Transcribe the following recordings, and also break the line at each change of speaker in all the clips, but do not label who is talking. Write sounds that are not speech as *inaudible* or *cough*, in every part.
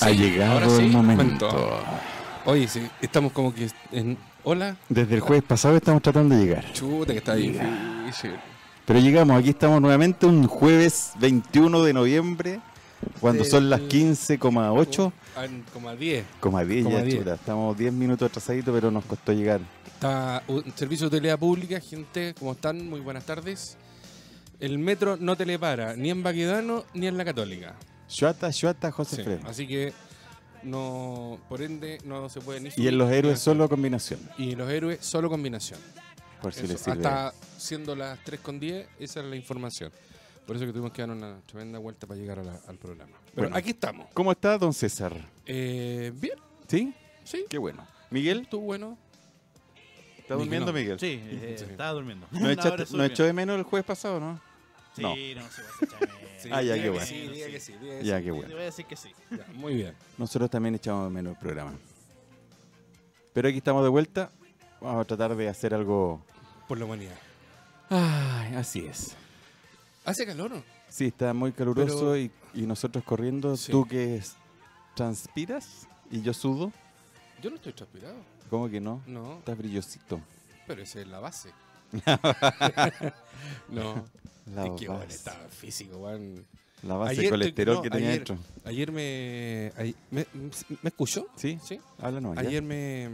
ha llegado
ahora sí,
el momento.
momento. Oye, sí, estamos como que en. Hola,
Desde el jueves pasado estamos tratando de llegar.
chuta, que está difícil.
Pero llegamos, aquí estamos nuevamente un jueves 21 de noviembre, cuando son las 15,8.
Ah, en- Como a 10.
Como a 10
Como a
ya,
10.
chuta. Estamos 10 minutos atrasaditos, pero nos costó llegar.
Está un servicio de utilidad pública, gente, ¿cómo están? Muy buenas tardes. El metro no te le para, ni en Baquedano ni en la Católica.
Shuata, Shuata, José
Sí,
Fresno.
así que no, por ende, no se puede ni
Y
subir
en los
ni
héroes
bajar.
solo combinación,
Y los héroes solo combinación.
por si
Eso,
les sirve.
hasta siendo las 3 con 10, esa es la información. Por eso que tuvimos que dar una tremenda vuelta para llegar a la- al programa. Pero
Bueno.
aquí estamos.
¿Cómo está don César?
Eh, bien,
¿Sí?
sí.
Qué bueno. ¿Miguel?
¿Tú bueno?
¿Está
Miguel,
durmiendo,
no.
Miguel? *laughs*
Sí, eh,
Sí.
estaba durmiendo.
*laughs*
¿No,
*laughs* Ahora
echaste-
estoy
no
bien.
echó de menos el jueves pasado, no? no.
Sí, no, sí, vas a
*laughs*
echar de menos.
Sí,
Ah,
diga
ya, qué
que
bueno.
sí, diga que sí, diga que
Ya,
sí.
qué
Te
bueno.
voy a decir que sí.
Ya, muy bien.
Nosotros también echamos de menos el programa. Pero aquí estamos de vuelta. Vamos a tratar de hacer algo...
Por la humanidad.
Ay, así es.
Hace calor, ¿no?
Sí, está muy caluroso
Pero-
y, y nosotros corriendo.
Sí.
Tú que es- transpiras y yo sudo.
Yo no estoy transpirado.
¿Cómo que no?
No,
Estás brillosito.
pero esa es la
*laughs*
base. no,
La
es que bueno,
base.
estaba físico, weón.
La base de
Ayer te-
colesterol
no,
que tenía
ayer-
dentro.
Ayer me. ay- ¿me, me escuchó?
¿Sí?
Sí.
Habla no,
Ayer me mm,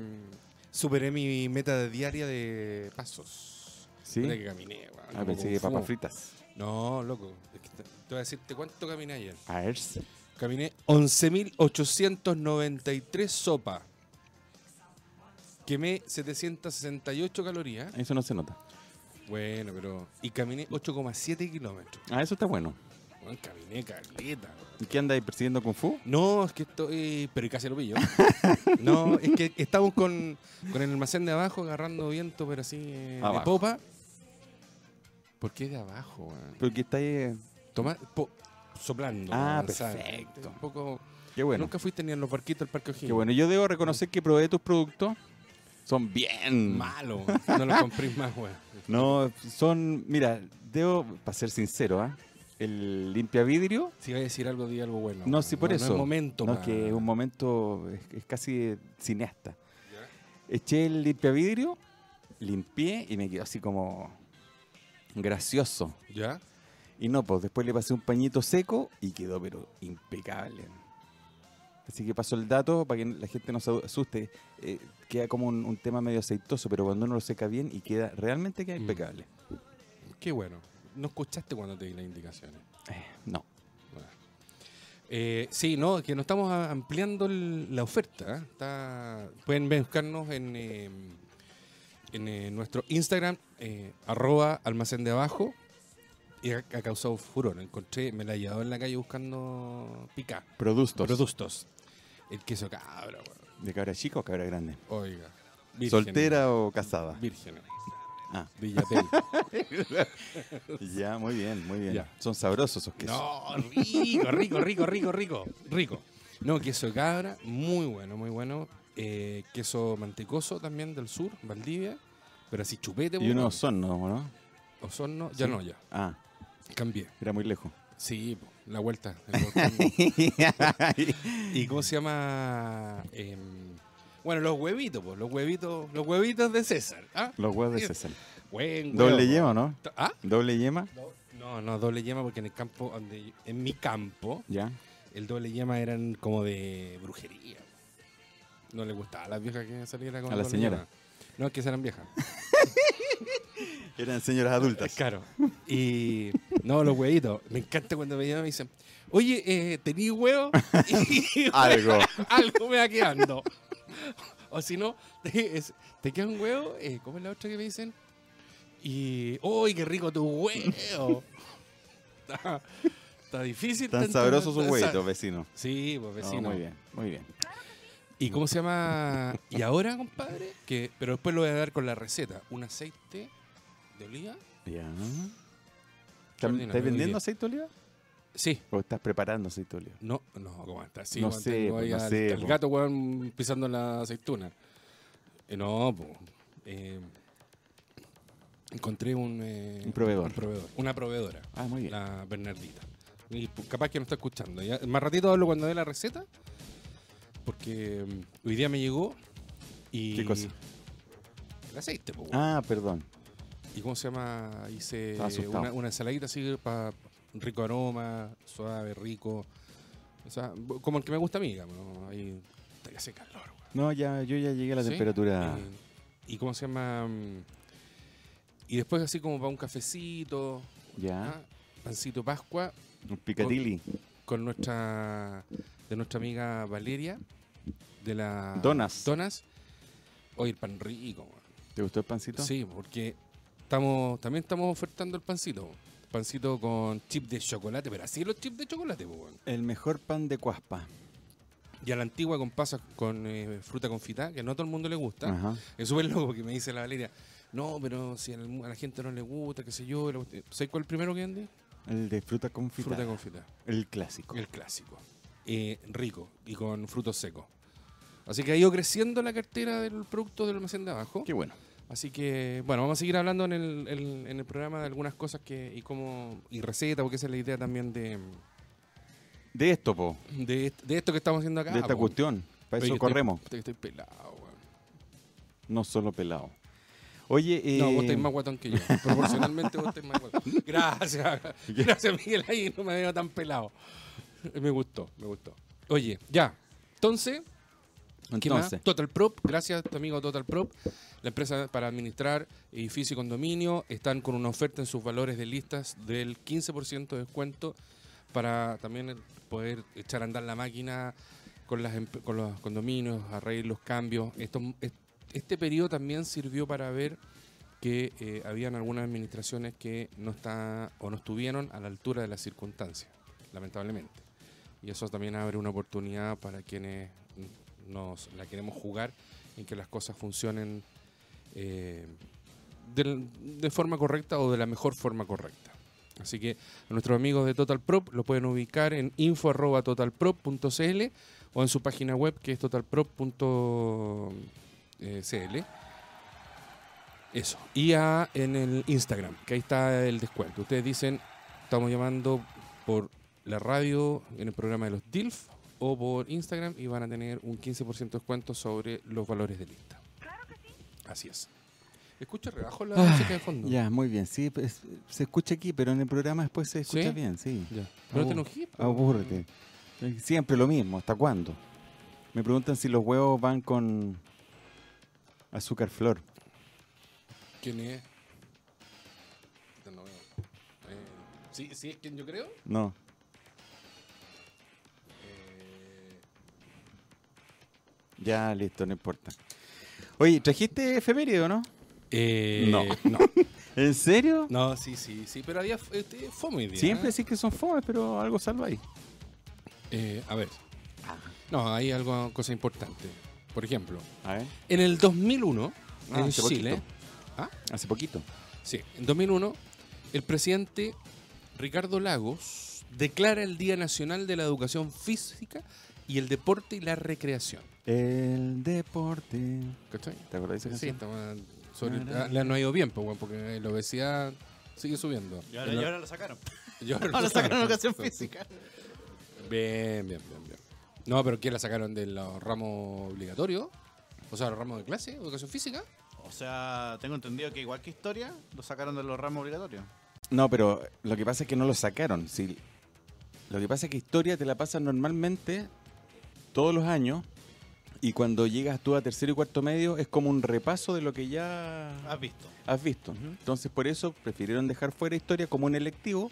superé mi meta diaria de pasos.
¿Sí?
Puta que caminé, weón,
Ah,
como
pensé
con
que
fumo.
papas fritas.
No, loco. es que te, te voy a decirte cuánto caminé ayer.
A ver.
Caminé 11.893 sopa. Quemé 768 calorías.
Eso no se nota.
Bueno, pero. Y caminé 8,7 kilómetros.
Ah, eso está bueno.
Weón, caminé caleta, weón.
¿Y qué andáis persiguiendo Kung Fu?
No, es que estoy. Pero casi lo
*laughs*
pillo. No, es que estamos con, con el almacén de abajo agarrando viento, pero así. eh, de
Abajo.
popa. ¿Por qué de abajo, weón?
Porque está ahí. eh,
Toma- po- soplando.
Ah,
weón, ¿sabes?
perfecto.
Un poco.
Qué bueno.
Nunca fuiste ni en los barquitos del Parque O'Higgins.
Qué bueno. Yo debo reconocer que probé tus productos. Son bien.
Malo. No lo compré más, weón.
No, son. Mira, debo. Para ser sincero, ¿ah? El limpia vidrio.
Si vas a decir algo, di algo bueno.
No,
weón.
sí, por eso.
No es momento,
No, es
pa-
que es un momento. Es, es casi cineasta. Eché el limpia vidrio, limpié y me quedó así como. gracioso.
¿Ya?
Y no, pues después le pasé un pañito seco y quedó pero impecable. Así que pasó el dato para que la gente no se asuste. Eh, queda como un, un tema medio aceitoso, pero cuando uno lo seca bien y queda, realmente queda
Mm.
impecable.
Qué bueno. No escuchaste cuando te di las indicaciones.
No.
Bueno. Eh, sí, no, que nos estamos a- ampliando el- la oferta. ¿eh? Está- pueden buscarnos en, eh, en eh, nuestro Instagram, eh, arroba almacén de abajo. Y ha, ha causado furor. Encontré, me la he llevado en la calle buscando pica.
Productos.
Productos. El queso cabra, weón.
¿De cabra chica o cabra grande?
Oiga. virgen.
¿Soltera o casada?
Virgen.
Ah,
Villatel.
ya, muy bien, muy bien.
Ya.
Son sabrosos esos quesos.
No, rico, rico, rico, rico, rico, rico. No, queso de cabra, muy bueno, muy bueno. Eh, queso mantecoso también del sur, Valdivia, pero así chupete.
Y
pues,
unos son, ¿no? ¿no?
Osorno, ya
Sí.
no, ya.
Ah,
Cambié.
era muy lejos.
Sí, po, la vuelta. *laughs* el volcán. ¿Y cómo se llama? Em, bueno, los huevitos, pues, los huevitos, los huevitos de César. ¿ah?
Los huevos de César.
Buen huevo.
Doble yema, ¿o ¿no?
¿Ah?
Doble yema.
No, no, doble yema porque en el campo, donde yo- en mi campo,
Ya.
El doble yema eran como de brujería. No le gustaba a las viejas que saliera con
A la
doble
señora.
yema. No, es que eran
*laughs*
viejas.
Eran señoras adultas.
Claro. Y no, los huevitos. Me encanta cuando me llaman y me dicen, oye, eh, ¿tení huevo? *laughs* Y
Algo.
algo me va quedando. O si no, te, es- te queda un huevo, eh, ¿cómo es la otra que me dicen? Y, ¡uy, qué rico tu
*laughs*
huevo! está, está *laughs* difícil.
Tan
tanto-
sabrosos sus
tan-
huevitos, vecino.
Sí, pues vecino.
muy bien, muy bien.
¿Y cómo se llama? ¿Y ahora, compadre? Que, pero después lo voy a dar con la receta. Un aceite de oliva.
Ya.
Extraordinario,
¿Estás
muy bien.
vendiendo aceite de oliva?
Sí.
¿O estás preparando aceite de oliva?
No, no, ¿cómo está? Sí,
No
weón,
sé,
tengo
po,
ahí
no
al,
sé, pues.
al
po.
gato, weón, pisando la aceituna. Eh, no, pues. encontré un, eh,
Un proveedor.
Una proveedora.
Ah, muy bien.
La Bernardita. Y pues, capaz que no está escuchando. Ya, más ratito hablo cuando dé la receta porque mm, hoy día me llegó y...
¿Qué cosa?
El aceite, po, weón.
Ah, perdón.
¿Y cómo se llama? Hice
Estaba asustado.
una, una ensaladita así para rico aroma, suave, rico. O sea, bo- como el que me gusta a mí, digamos. ¿no? Ahí puta, que hace calor, weón.
No, ya, yo ya llegué a la
¿Sí?
temperatura.
Eh, ¿Y cómo se llama? Mm, Y después así como para un cafecito,
ya.
¿ah? pancito Pascua,
Un picadilly.
con nuestra de nuestra amiga Valeria de la
Donas.
Donas. Oye, el pan rico. weón.
¿Te gustó el pancito?
Sí, porque estamos también estamos ofertando el pancito. Pancito con chip de chocolate, pero así los chips de chocolate, po, weón.
El mejor pan de cuaspa.
Y a la antigua con pasas con eh, fruta confitada, que no a todo el mundo le gusta.
Ajá.
Es súper loco porque me dice la Valeria, no, pero si al mu- a la gente no le gusta, qué sé yo. la cuestión". ¿Sabes cuál primero que vendí?
El de fruta confitada.
Fruta confitada.
El clásico.
El clásico. Eh, rico y con frutos secos. Así que ha ido creciendo la cartera del producto del almacén de abajo.
Qué bueno.
Así que, bueno, vamos a seguir hablando en el, el- en el programa de algunas cosas que y cómo y recetas, porque esa es la idea también de,
De esto, po.
de, est- de esto que estamos haciendo acá.
de esta
po.
cuestión. Para
Oye,
eso
que
corremos.
Estoy, estoy- estoy pelado, weón.
No solo pelado. Oye, eh,
No, vos estáis más guatón
*laughs*
que yo. Proporcionalmente vos estáis más guatón. Gracias. Gracias, Miguel. Ahí no me veo tan pelado. Me gustó, me gustó. Oye, ya. Entonces, ¿Qué más?
entonces,
Total Prop, gracias tu amigo Total Prop, la empresa para administrar edificio y condominio, están con una oferta en sus valores de listas del 15% de descuento para también poder echar a andar la máquina con, las, empe- con los condominios, arreglar los cambios. Estos- est- este periodo también sirvió para ver que eh, habían algunas administraciones que no está o no estuvieron a la altura de las circunstancias, lamentablemente. Y eso también abre una oportunidad para quienes nos la queremos jugar en que las cosas funcionen eh, del- de, forma correcta o de la mejor forma correcta. Así que a nuestros amigos de Total Prop lo pueden ubicar en info.totalprop.cl o en su página web que es totalprop.cl. Eso. Y a- en el Instagram, que ahí está el descuento. Ustedes dicen, estamos llamando por la radio en el programa de los DILF o por Instagram y van a tener un 15% de descuento sobre los valores de lista. Así es. Escucho rebajo la música de fondo.
ya, muy bien. Sí, pues, se escucha aquí, pero en el programa después se escucha
¿Sí?
bien, sí. pues,
Ya. Pero no te
Abú-
enojes. po.
Abúrrete. Siempre lo mismo, ¿hasta cuándo? Me preguntan si los huevos van con azúcar flor.
¿Quién es? Puta, no veo. Eh, ¿sí, ¿Sí es quien yo creo?
No.
Eh,
Ya, listo, no importa. Oye, ¿trajiste efeméride o no? No.
Eh, No.
¿En serio?
No, sí, sí, sí. Pero había f- este, fome hoy día,
Siempre
¿eh?
sí que son fomes, pero algo salvo ahí.
Eh, a ver. No, hay algo, cosa importante. Por ejemplo,
A ver.
en el 2001,
Ah,
en
hace poquito.
Chile,
Hace poquito.
sí, en 2001, el presidente Ricardo Lagos declara el Día Nacional de la Educación Física y el Deporte y la Recreación.
El deporte.
¿Cachai?
¿Te acordás de esa
Sí,
canción?
estaba sobre- ah, le no ha ido bien, pues, bueno, porque la obesidad sigue subiendo.
Y ahora,
El-
y ahora lo sacaron.
*laughs* y ahora-
Ahora sacaron
*laughs*
educación física.
Bien, bien, bien, bien. No, pero ¿qué la sacaron de los ramos obligatorios? O sea, los ramos de clase, educación física.
O sea, tengo entendido que igual que historia, lo sacaron de los ramos obligatorios.
No, pero lo que pasa es que no lo sacaron. Sí. Lo que pasa es que historia te la pasan normalmente todos los años y cuando llegas tú a tercero y cuarto medio es como un repaso de lo que ya
Has visto.
has visto. Entonces por eso prefirieron dejar fuera historia como un electivo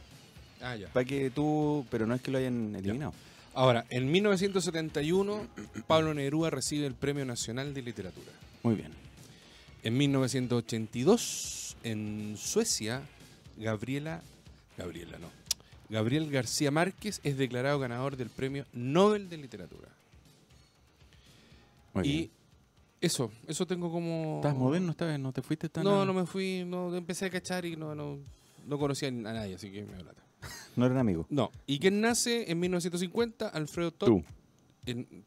Ah, ya.
para que tú, pero no es que lo hayan eliminado.
Ahora, en 1971, Pablo Neruda recibe el Premio Nacional de Literatura.
Muy bien.
En 1982, en Suecia, Gabriela. Gabriela, no. Gabriel García Márquez es declarado ganador del Premio Nobel de Literatura.
Muy
y
bien.
eso, eso tengo como.
Estás moderno esta vez, no te fuiste tan
No, no me fui, no empecé a cachar y no, no, no conocía a nadie, así que me da lata.
no eran amigos.
No. ¿Y quién nace en 1950? Alfredo Todd.
Tú.
En-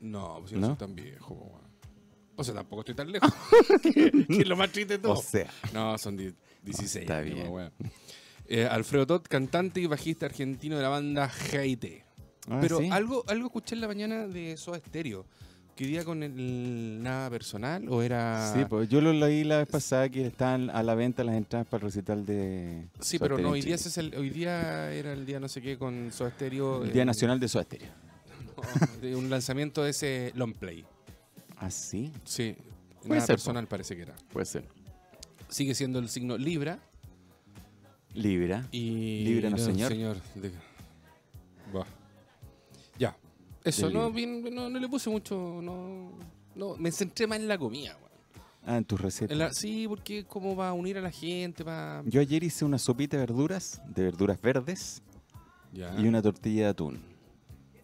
No, pues yo no,
¿No?
soy tan viejo, po, weón. O sea, tampoco estoy tan lejos. *laughs* que es lo más triste de todo.
O sea,
No, son die- 16.
Está
años,
bien.
weón. Eh, Alfredo Todd, cantante y bajista argentino de la banda GIT.
Ah,
Pero
¿sí?
algo, algo escuché en la mañana de Soda Stereo. Que día con el nada personal o era.
Sí, pues yo lo leí la vez pasada que estaban a la venta las entradas para el recital de.
Sí,
Soda
pero no,
Stereo en
hoy día,
Chile.
ese es el, hoy día era el día no sé qué con Soda Stereo.
El Día
eh,
Nacional de Soda Stereo.
*laughs* no, de un lanzamiento de ese long play.
Ah, sí,
Sí,
Puede
nada
ser,
personal parece que era.
puede ser.
Sigue siendo el signo Libra
Libra.
y...
Líbranos, Señor.
de- Buah. Ya. Eso,
Del
no,
libro.
bien, no, no le puse mucho, no, no, me centré más en la comida. weón.
Ah, en tus recetas.
En la- sí, porque como va a unir a la gente, va...
Yo ayer hice una sopita de verduras, de verduras verdes,
Ya.
y una tortilla de atún.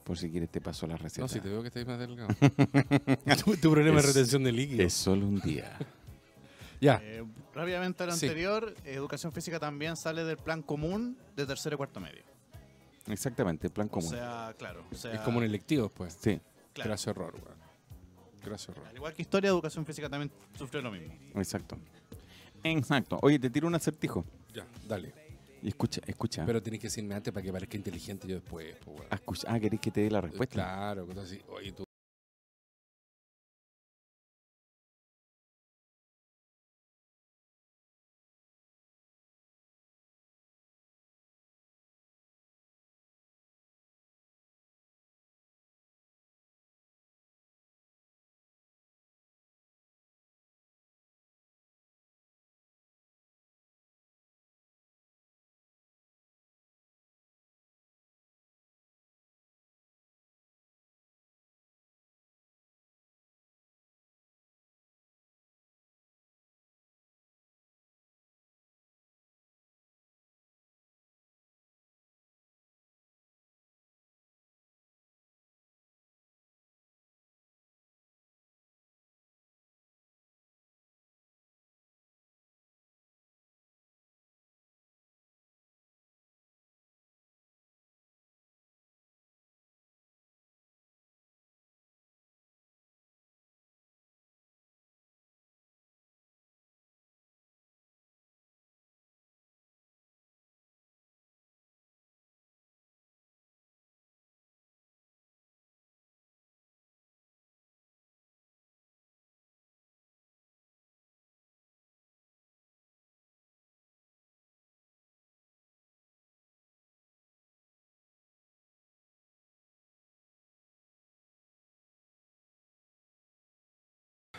Por si quieres te paso la receta.
No, si te veo que estáis más
*laughs*
delgado. tu, tu problema es
Es-
retención de líquido.
Es solo un día.
*laughs*
Ah.
Ya.
Eh, rápidamente a lo
Sí.
anterior, educación física también sale del plan común de tercero y cuarto medio.
Exactamente, el plan común.
O sea, claro. O sea,
es como en electivos, pues.
sí,
claro.
Graso error, weón. Graso error.
Al igual que historia, educación física también sufrió lo mismo.
exacto. Exacto. Oye, te tiro un acertijo.
Ya, dale.
Y escucha, escucha.
Pero tenés que decirme antes para que parezca inteligente yo después, pues, weón.
Ah, escucha. Ah, ¿querés que te dé la respuesta?
Claro, cosas así. Oye, tú.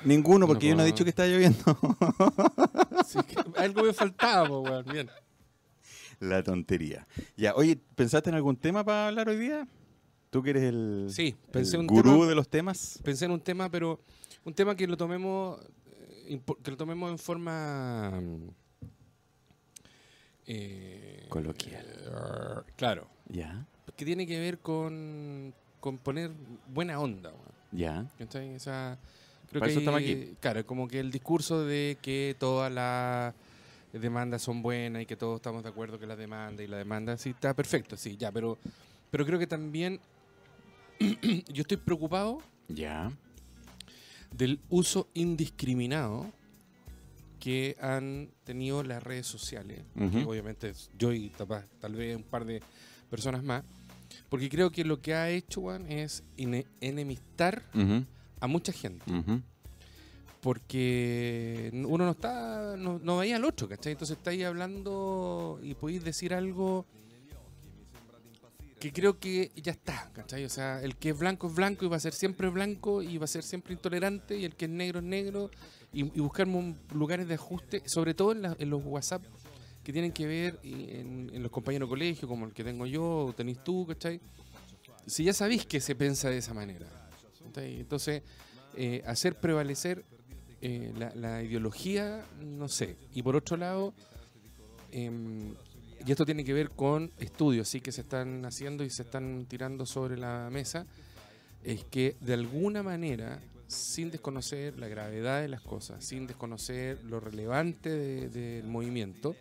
Ninguno, porque
No,
yo no he
pues.
dicho que está lloviendo.
Sí, que *laughs* algo me faltaba, po, weón. Bien.
la tontería. Ya, oye, ¿pensaste en algún tema para hablar hoy día? ¿Tú que eres el,
Sí, pensé
el
un
gurú
tema.
de los temas?
Pensé en un tema, pero un tema que lo tomemos eh, impo- que lo tomemos en forma mm, eh,
Coloquial.
Claro,
Ya,
que tiene que ver con, con poner buena onda, weón.
ya.
¿Cachai? O sea, creo
Para
que
eso estamos
hay-
aquí.
Claro, como que el discurso de que todas las demandas son buenas y que todos estamos de acuerdo que las demandas y la demanda, sí, está perfecto, sí, ya, pero, pero creo que también *clears throat* yo estoy preocupado
Ya.
del uso indiscriminado que han tenido las redes sociales,
Ujú.
que obviamente es yo y capaz- tal vez un par de personas más, porque creo que lo que ha hecho, weón, es ine- enemistar
Ujú,
a mucha gente.
ujú.
porque n- uno no está no, no veía al otro, ¿cachai? Entonces estáis hablando y podéis decir algo que creo que ya está, ¿cachai? O sea, el que es blanco es blanco y va a ser siempre blanco y va a ser siempre intolerante y el que es negro es negro y, y buscar mu- lugares de ajuste, sobre todo en, la- en los WhatsApp que tienen que ver y en, en los compañeros de colegio, como el que tengo yo, o tenés tú, ¿cachai? Si ya sabéis que se piensa de esa manera, ¿cachai? Entonces, eh, hacer prevalecer eh, la, la ideología, no sé. Y por otro lado, em, y esto tiene que ver con estudios sí que se están haciendo y se están tirando sobre la mesa, es que de alguna manera, sin desconocer la gravedad de las cosas, sin desconocer lo relevante de- del movimiento,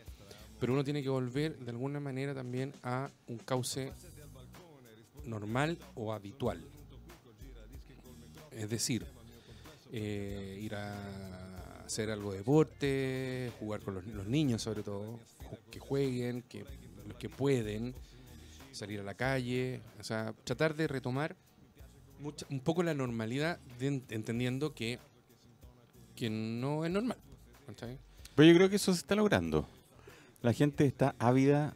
pero uno tiene que volver de alguna manera también a un cauce normal o habitual. Es decir, eh, ir a hacer algo de deporte, jugar con los, los niños sobre todo, ju- que jueguen, que los que pueden, salir a la calle, o sea, tratar de retomar mucha- un poco la normalidad, de en- entendiendo que, que no es normal. ¿cachai?
Pero yo creo que eso se está logrando. La gente está ávida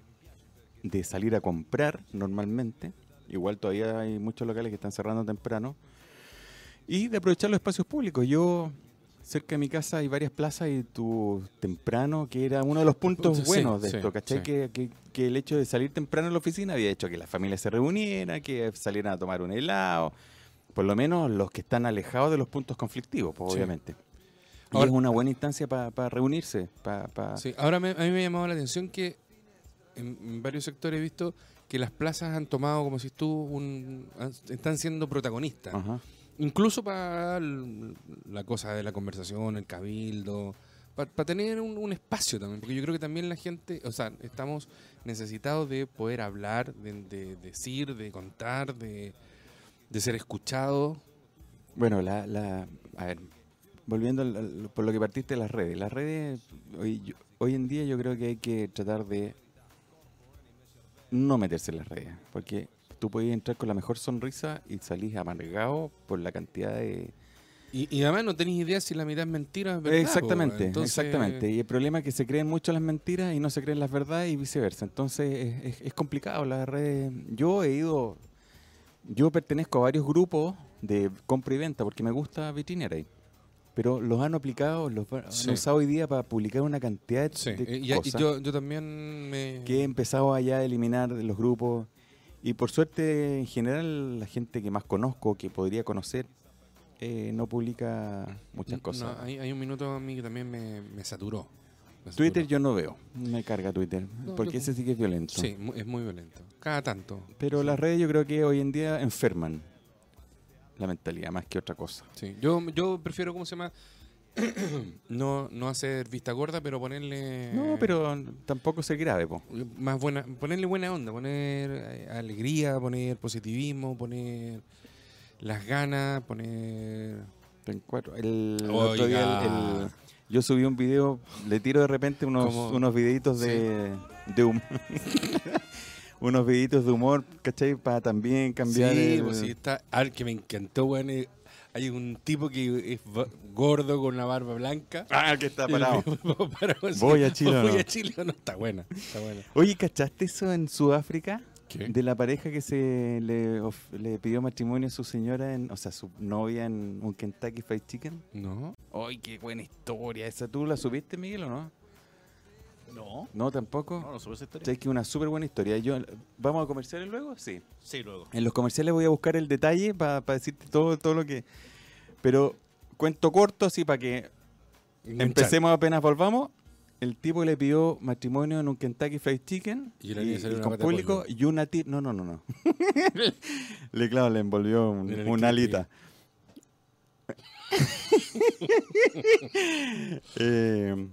de salir a comprar normalmente. Igual todavía hay muchos locales que están cerrando temprano. Y de aprovechar los espacios públicos. Yo, cerca de mi casa hay varias plazas y tu temprano, que era uno de los puntos
Sí,
buenos de
sí,
esto, ¿cachai?
sí.
Que, que- que el hecho de salir temprano a la oficina había hecho que las familias se reunieran, que salieran a tomar un helado. Por lo menos los que están alejados de los puntos conflictivos, pues,
Sí.
obviamente. Y
Ahora-
es una buena instancia para reunirse, para...
Sí, ahora me- a mí me ha llamado la atención que en, en varios sectores he visto que las plazas han tomado como si tú un, han- están siendo protagonistas. Incluso para l- la cosa de la conversación, el cabildo, para tener un, un espacio también, porque yo creo que también la gente, o sea, estamos necesitados de poder hablar, de, de decir, de contar, de, de ser escuchado.
Bueno, la, la- a ver, volviendo al- al- por lo que partiste de las redes. Las redes, hoy, yo- hoy en día yo creo que hay que tratar de no meterse en las redes, porque tú puedes entrar con la mejor sonrisa y salís amargado por la cantidad de...
Y, y además no tenéis idea si la mitad es mentira. o es verdad, po,
exactamente,
entonces-
exactamente. Y el problema es que se creen mucho las mentiras y no se creen las verdades y viceversa. Entonces es, es- es complicado las redes. Yo he ido, yo pertenezco a varios grupos de compra y venta porque me gusta Vitrinary. Pero los han aplicado, los va- han
Sí.
usado hoy día para publicar una cantidad de,
Sí,
de
eh, y, y
cosas
yo, yo también me...
que he empezado allá a eliminar de los grupos. Y por suerte, en general, la gente que más conozco, que podría conocer, eh, no publica muchas
No,
cosas.
hay, hay un minuto a mí que también me, me saturó. Me saturó.
Twitter yo no veo. Me carga Twitter.
No,
porque
yo-
ese sí que es violento.
Sí, mu- es muy violento. Cada tanto.
Pero las redes yo creo que hoy en día enferman la mentalidad más que otra cosa.
Sí, yo, yo prefiero, ¿cómo se llama? *clears throat* no, no hacer vista gorda, pero ponerle...
No, pero tampoco se grave, po.
Más buena, ponerle buena onda, poner eh, alegría, poner positivismo, poner las ganas, poner...
Te encuentro. El otro día el-
Oiga.
el- yo subí un video, le tiro de repente unos,
Como-
unos videitos de, de humor. *laughs* unos videitos de humor, ¿cachai? Para también cambiar
Sí,
el-
pues sí, está. Al que me encantó, weón. eh, Hay un tipo que es va- gordo con una barba blanca.
Ah, que está
Y el *laughs*
parado.
tipo parado así,
Voy a Chile o
Voy
no.
a Chile o no. Está buena, está buena.
Oye, ¿cachaste eso en Sudáfrica?
¿Qué?
De la pareja que se le, of- le pidió matrimonio a su señora, en, o sea, su novia en un Kentucky Fried Chicken.
No.
¡Ay, qué buena historia! ¿Esa tú la subiste, Miguel, o no?
No,
No, tampoco.
no, no supe esa historia.
Es que una súper buena historia. Yo, ¿Vamos a comerciales luego? Sí.
Sí, luego.
En los comerciales voy a buscar el detalle para decirte todo, todo lo que... Pero cuento corto, así para que empecemos apenas volvamos. El tipo le pidió matrimonio en un Kentucky Fried Chicken
Y le salió una
con
pata de
público y una tip. No, no, no, no. *laughs* le claro, le envolvió un-
En el
una
Kentucky.
alita. *laughs* Eh,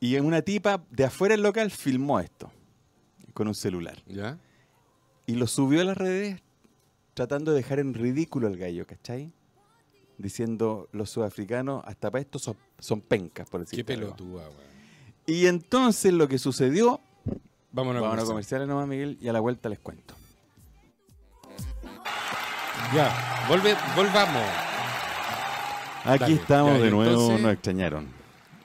y una tipa de afuera del local filmó esto con un celular
¿Ya?
y lo subió a las redes tratando de dejar en ridículo al gallo, ¿cachai? Diciendo los sudafricanos, hasta para esto son, son pencas, por
Qué
decirlo
pelotuda, weón.
Y entonces lo que sucedió,
Vámonos, a
vamos a
comercial.
comerciales nomás, Miguel, y a la vuelta les cuento.
Ya, volve, volvamos.
Aquí
Dale,
estamos
ya, y
de nuevo,
entonces-
nos extrañaron.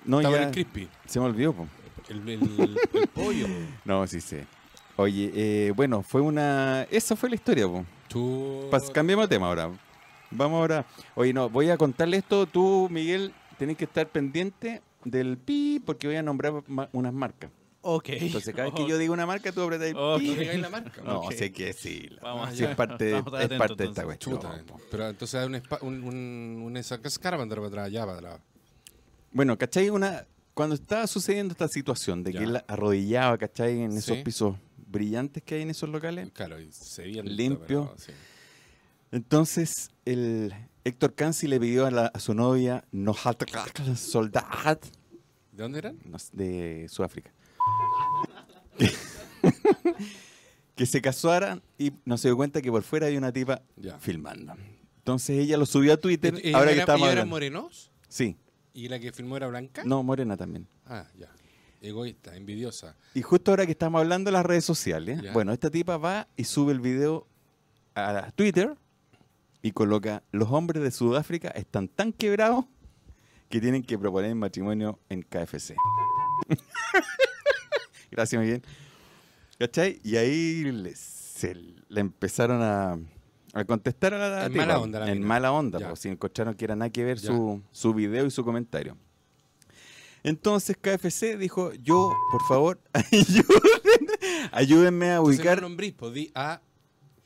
No,
Estaba en
ya,
el crispy.
se me olvidó, po.
El, el- el pollo.
No, sí sé. Oye, eh, bueno, fue una... Esa fue la historia, po.
Tú...
Pas- cambiemos de tema ahora. Vamos ahora. Oye, no, voy a contarle esto. Tú, Miguel, tenés que estar pendiente del pi porque voy a nombrar ma- unas marcas.
Ok.
Entonces, cada vez
*laughs*
que yo digo una marca, tú apretas el
Ok.
No
pi.
digáis la marca.
No,
Ok.
sé que sí. la-
Vamos
sí,
allá.
es parte, de,
Vamos a estar
es
atentos,
parte de esta
entonces.
cuestión.
Chuta. Pero entonces hay un, espa- un, un, un esa escarabander para atrás, allá para atrás.
Bueno, ¿cachai? Una, cuando estaba sucediendo esta situación de que
Ya.
él arrodillaba, ¿cachai? En esos
Sí.
pisos brillantes que hay en esos locales.
Claro, y se veía
Limpio.
pero sí.
Entonces, el Héctor Cansi le pidió a, la- a su novia Nohat Soldat
¿De dónde eran?
no sé, de Sudáfrica. *laughs* que se casaran y no se dio cuenta que por fuera hay una tipa
Ya.
filmando. Entonces ella lo subió a Twitter.
¿Ellos
ahora
eran-
que estamos
ellos eran
hablando.
morenos?
Sí,
¿Y la que filmó era blanca?
no, Morena también.
Ah, ya. egoísta, envidiosa.
Y justo ahora que estamos hablando de las redes sociales,
Ya.
bueno, esta tipa va y sube el video a Twitter y coloca, los hombres de Sudáfrica están tan quebrados que tienen que proponer matrimonio en KFC. *laughs* Gracias, Miguel. ¿Cachai? Y ahí le, se le empezaron a, a contestar a la
En
tipa,
mala onda la
en
mina.
mala onda,
Ya.
pues, si encontraron que era nada que ver
Ya.
su, su video y su comentario. Entonces KFC dijo, yo, por favor, *laughs* ayúdenme, ayúdenme a
Entonces,
ubicar...
No nombrís, po, di a-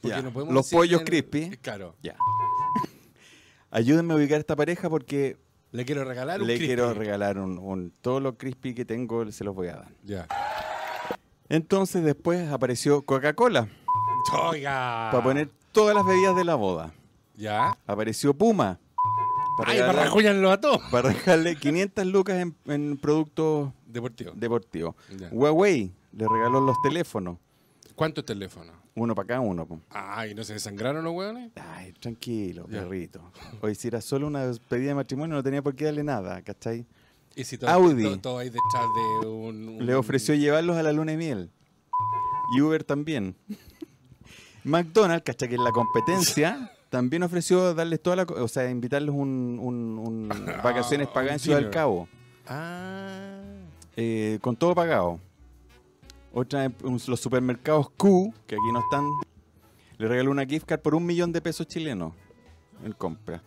porque
Ya,
no podemos
los
decir
pollos
en-
crispy.
Claro.
Ya. *laughs* Ayúdenme a ubicar a esta pareja porque
Le quiero regalar un
le
crispy.
quiero regalar un, un- todo lo crispy que tengo, se los voy a dar.
Ya.
Entonces después apareció Coca-Cola
Oiga.
para poner todas las bebidas de la boda.
Ya.
Apareció Puma para,
Ay, para
regalar-
rajúñanlo a todos.
para dejarle 500 lucas en, en productos
Deportivo.
deportivos.
Ya.
Huawei le regaló los teléfonos,
¿Cuántos teléfonos?
uno para cada uno. po.
Ay, ¿no se desangraron los hueones?
Ay, tranquilo,
Ya.
perrito. Hoy si era solo una pedida de matrimonio no tenía por qué darle nada, ¿cachai?
Y si todo,
Audi.
Todo, todo ahí detrás de un, un-
Le ofreció llevarlos a la luna de miel. Y Uber también. McDonald's, ¿cachai? Que es
*laughs*
la competencia. También ofreció darles toda la... co- O sea, invitarles un, un-
*laughs*
un vacaciones
Ah,
pagadas en
un
Ciudad del
dinner.
Cabo.
Ah.
eh, con todo pagado. Otra, un- los supermercados Q, que aquí no están, le regaló una gift card por un millón de pesos chilenos en compra.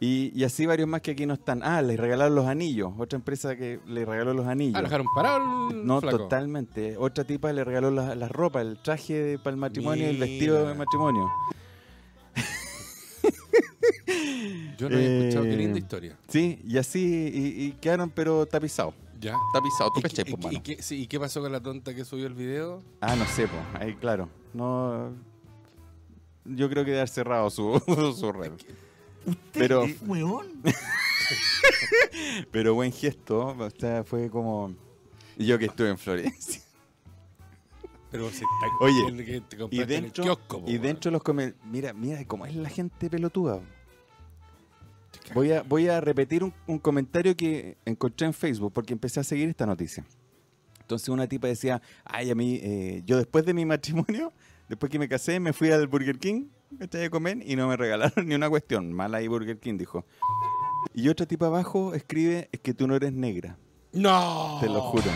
Y, y así varios más que aquí no están. Ah, les regalaron los anillos. Otra empresa que le regaló los anillos.
Ah, lo dejaron parado el
no,
flaco.
totalmente. Otra tipa le regaló la, la ropa, el traje de- para el matrimonio, y el vestido
Mira.
de matrimonio.
Yo no había
Eh,
escuchado. Qué linda historia.
Sí, y así y, y quedaron, pero tapizados.
Ya.
Tapizados, tú
¿Y,
cachai,
qué-
po,
y, qué-
pues, mano.
y qué, sí, ¿Y qué pasó con la tonta que subió el video?
Ah, no sé, po. Ahí, claro. No. Yo creo que debe haber cerrado su, *laughs* su red. Pero,
Eh,
*laughs*
weón.
pero buen gesto. O sea, fue como. Yo que estuve en *laughs* Florencia.
Pero se está
*laughs* Oye,
el que te
Y
compraste en el
dentro,
kiosco, po,
y
weón.
dentro los come- Mira, mira cómo es la gente pelotuda. Voy a, voy a repetir un, un comentario que encontré en Facebook porque empecé a seguir esta noticia. Entonces una tipa decía, ay, a mí, eh, yo después de mi matrimonio, *laughs* después que me casé, me fui al Burger King, ¿cachai? a comer y no me regalaron *laughs* ni una cuestión. Mala ahí Burger King, dijo. Y otra tipa abajo escribe, es que tú no eres negra,
¡No!
te lo juro.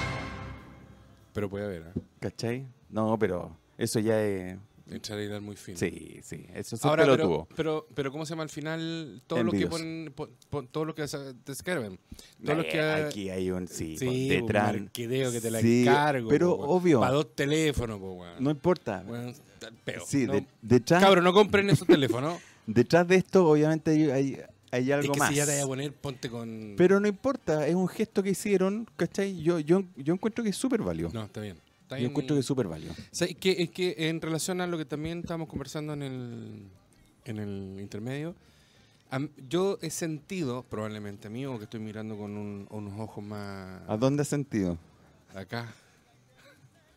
Pero puede haber, ¿eh?
¿Cachai? No, pero eso ya es...
Entrar y dar muy fino.
Sí, sí, eso es
Ahora,
pelotudo.
pero, pero, pero ¿cómo se llama al final? Todo lo que
Envidioso.
ponen, pon- pon- todo lo que sa- te escriben. Todo lo
Eh,
que
aquí hay un sí,
Sí,
po,
un
detrás.
marqueteo que te la
Sí,
encargo.
Pero
po, weón.
obvio,
Pa' dos teléfonos, po, weón.
no importa.
Weón, está el peo.
sí,
No,
de- detrás,
Cabrón, no compren esos
*laughs*
teléfonos.
detrás de esto obviamente hay, hay- hay
es
algo
que
más.
si ya te voy a poner, ponte con...
pero no importa, es un gesto que hicieron, ¿cachai? Yo, yo, yo encuentro que es súper valioso.
No, está bien. Está
Yo
bien.
encuentro que es súper valioso.
¿Sabes qué? Es que en relación a lo que también estábamos conversando en el, en el intermedio, a m- yo he sentido, probablemente mío, que estoy mirando con un- unos ojos más
¿A dónde has sentido?
acá,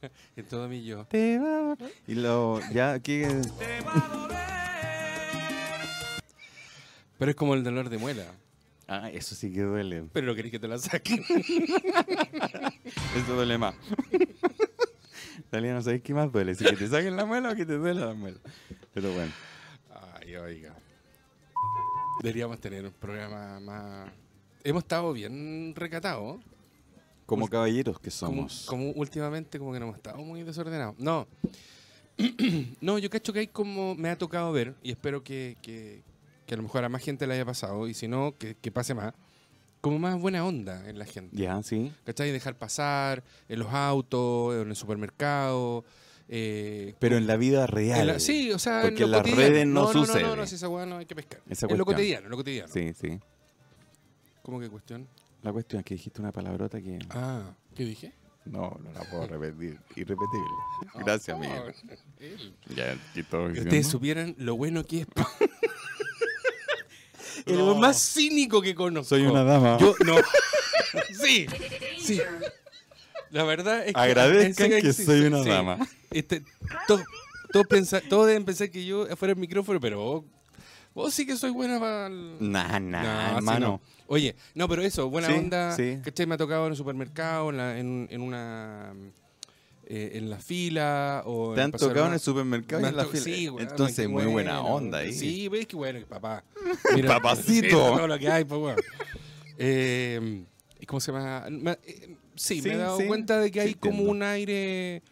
*laughs* en todo mi yo.
Te va- Y lo, ya aquí...
Pero es como el dolor de muela.
Ah, eso sí que duele.
Pero no querés que te la saquen.
Eso duele más. *laughs* Talía, no sabéis qué más duele, si que te saquen la muela o que te duele la muela. Pero bueno.
Ay, oiga. Deberíamos tener un programa más... Hemos estado bien recatados.
Como caballeros que
como,
somos.
como últimamente como que no hemos estado muy desordenados. No. *clears throat* no, yo cacho que hay como me ha tocado ver y espero que, que- que a lo mejor a más gente le haya pasado y si no, que, que pase más. Como más buena onda en la gente.
Ya, sí.
¿Cachai? Dejar pasar en los autos, en el supermercado. eh,
Pero en la vida real.
en la- sí, o sea,
Porque
en
en
lo
las
cotidiano.
redes no
No, no,
sucede.
no, si esa weá no hay que pescar.
Esa
en lo
cuestión.
cotidiano, en lo cotidiano.
Sí, sí.
¿Cómo que cuestión?
La cuestión es que dijiste una palabrota que
Ah, ¿qué dije?
no, no la *laughs* puedo repetir. Irrepetible.
Ah,
Gracias, Miguel.
él.
Ya, y todo
Que
diciendo.
ustedes supieran lo bueno
*laughs*
que es. *laughs* El
No.
más cínico que conozco.
Soy una dama.
Yo no. *laughs* sí, sí. La verdad es que.
Agradezcan
en serio
que
existe,
soy una dama.
Este, to- todos pensa- todos deben pensar que yo fuera el micrófono, pero vos Vos sí que soy buena para...
Nah, nah,
No, así
hermano.
no. Oye, no, pero eso, buena
Sí,
onda.
sí.
¿Cachai? Me ha tocado en el supermercado, en, la- en- en una. eh, en la fila. O
Te han
pasar
tocado en
una-
el supermercado y
Me
en
han
la
to-
fila.
sí, weón,
Entonces,
qué
muy buena
bueno.
onda ahí.
Sí, ves que bueno, que
*laughs*
papá.
Papacito.
mira todo lo que hay, pues, weón. Eh, ¿y ¿Cómo se llama? Me- eh, sí,
Sí,
me he dado
sí,
cuenta de que
sí,
hay como
entiendo.
un aire.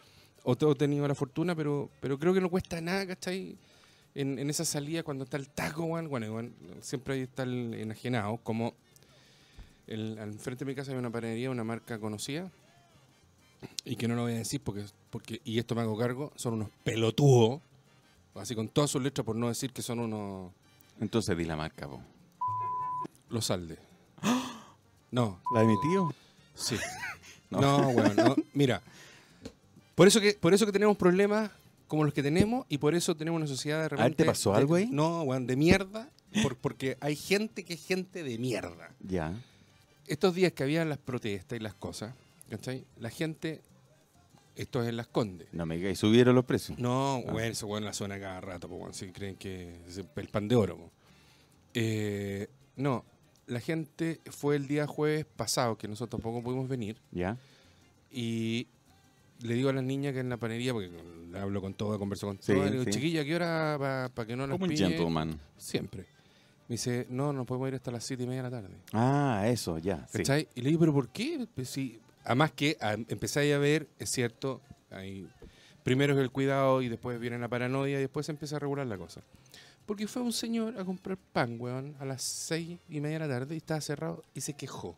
O todo he tenido la fortuna, pero, pero creo que no cuesta nada, ¿cachai? En, en esa salida, cuando está el taco, weón, bueno, igual, siempre ahí está el enajenado. Como el, al frente de mi casa hay una panadería, una marca conocida. Y que no lo voy a decir porque, porque y esto me hago cargo, son unos pelotudos. Así con todas sus letras, por no decir que son unos.
Entonces, di la marca, po.
Los Aldes.
¡Ah!
No,
¿La de mi tío?
sí.
*laughs* No.
No, weón, no. Mira. Por eso, que, por eso que tenemos problemas como los que tenemos y por eso tenemos una sociedad de
ver,
repente...
¿te pasó
de-
algo ahí?
No, weón, de mierda. por- porque hay gente que es gente de mierda.
Ya.
Estos días que había las protestas y las cosas, ¿cachai? La gente, esto es en Las Condes.
No me digas, y subieron los precios.
No,
Ah.
bueno, eso weón la suena cada rato, po, weón, si creen que es el pan de oro. po. Eh, no, la gente fue el día jueves pasado, que nosotros tampoco pudimos venir,
Ya.
y le digo a las niñas que en la panería, porque con- hablo con todo, converso con
Sí,
todo, le digo,
sí.
chiquilla, ¿a ¿qué hora para que no nos
Como un
pille?
gentleman.
Siempre. Me dice, no, no podemos ir hasta las siete y media de la tarde.
Ah, eso, ya. sí.
¿Cachai? Y le digo, ¿pero por qué? Pues sí. Además que a- empezáis a ver, es cierto, hay- primero es el cuidado y después viene la paranoia y después se empieza a regular la cosa. Porque fue un señor a comprar pan, weón, a las seis y media de la tarde y estaba cerrado y se quejó.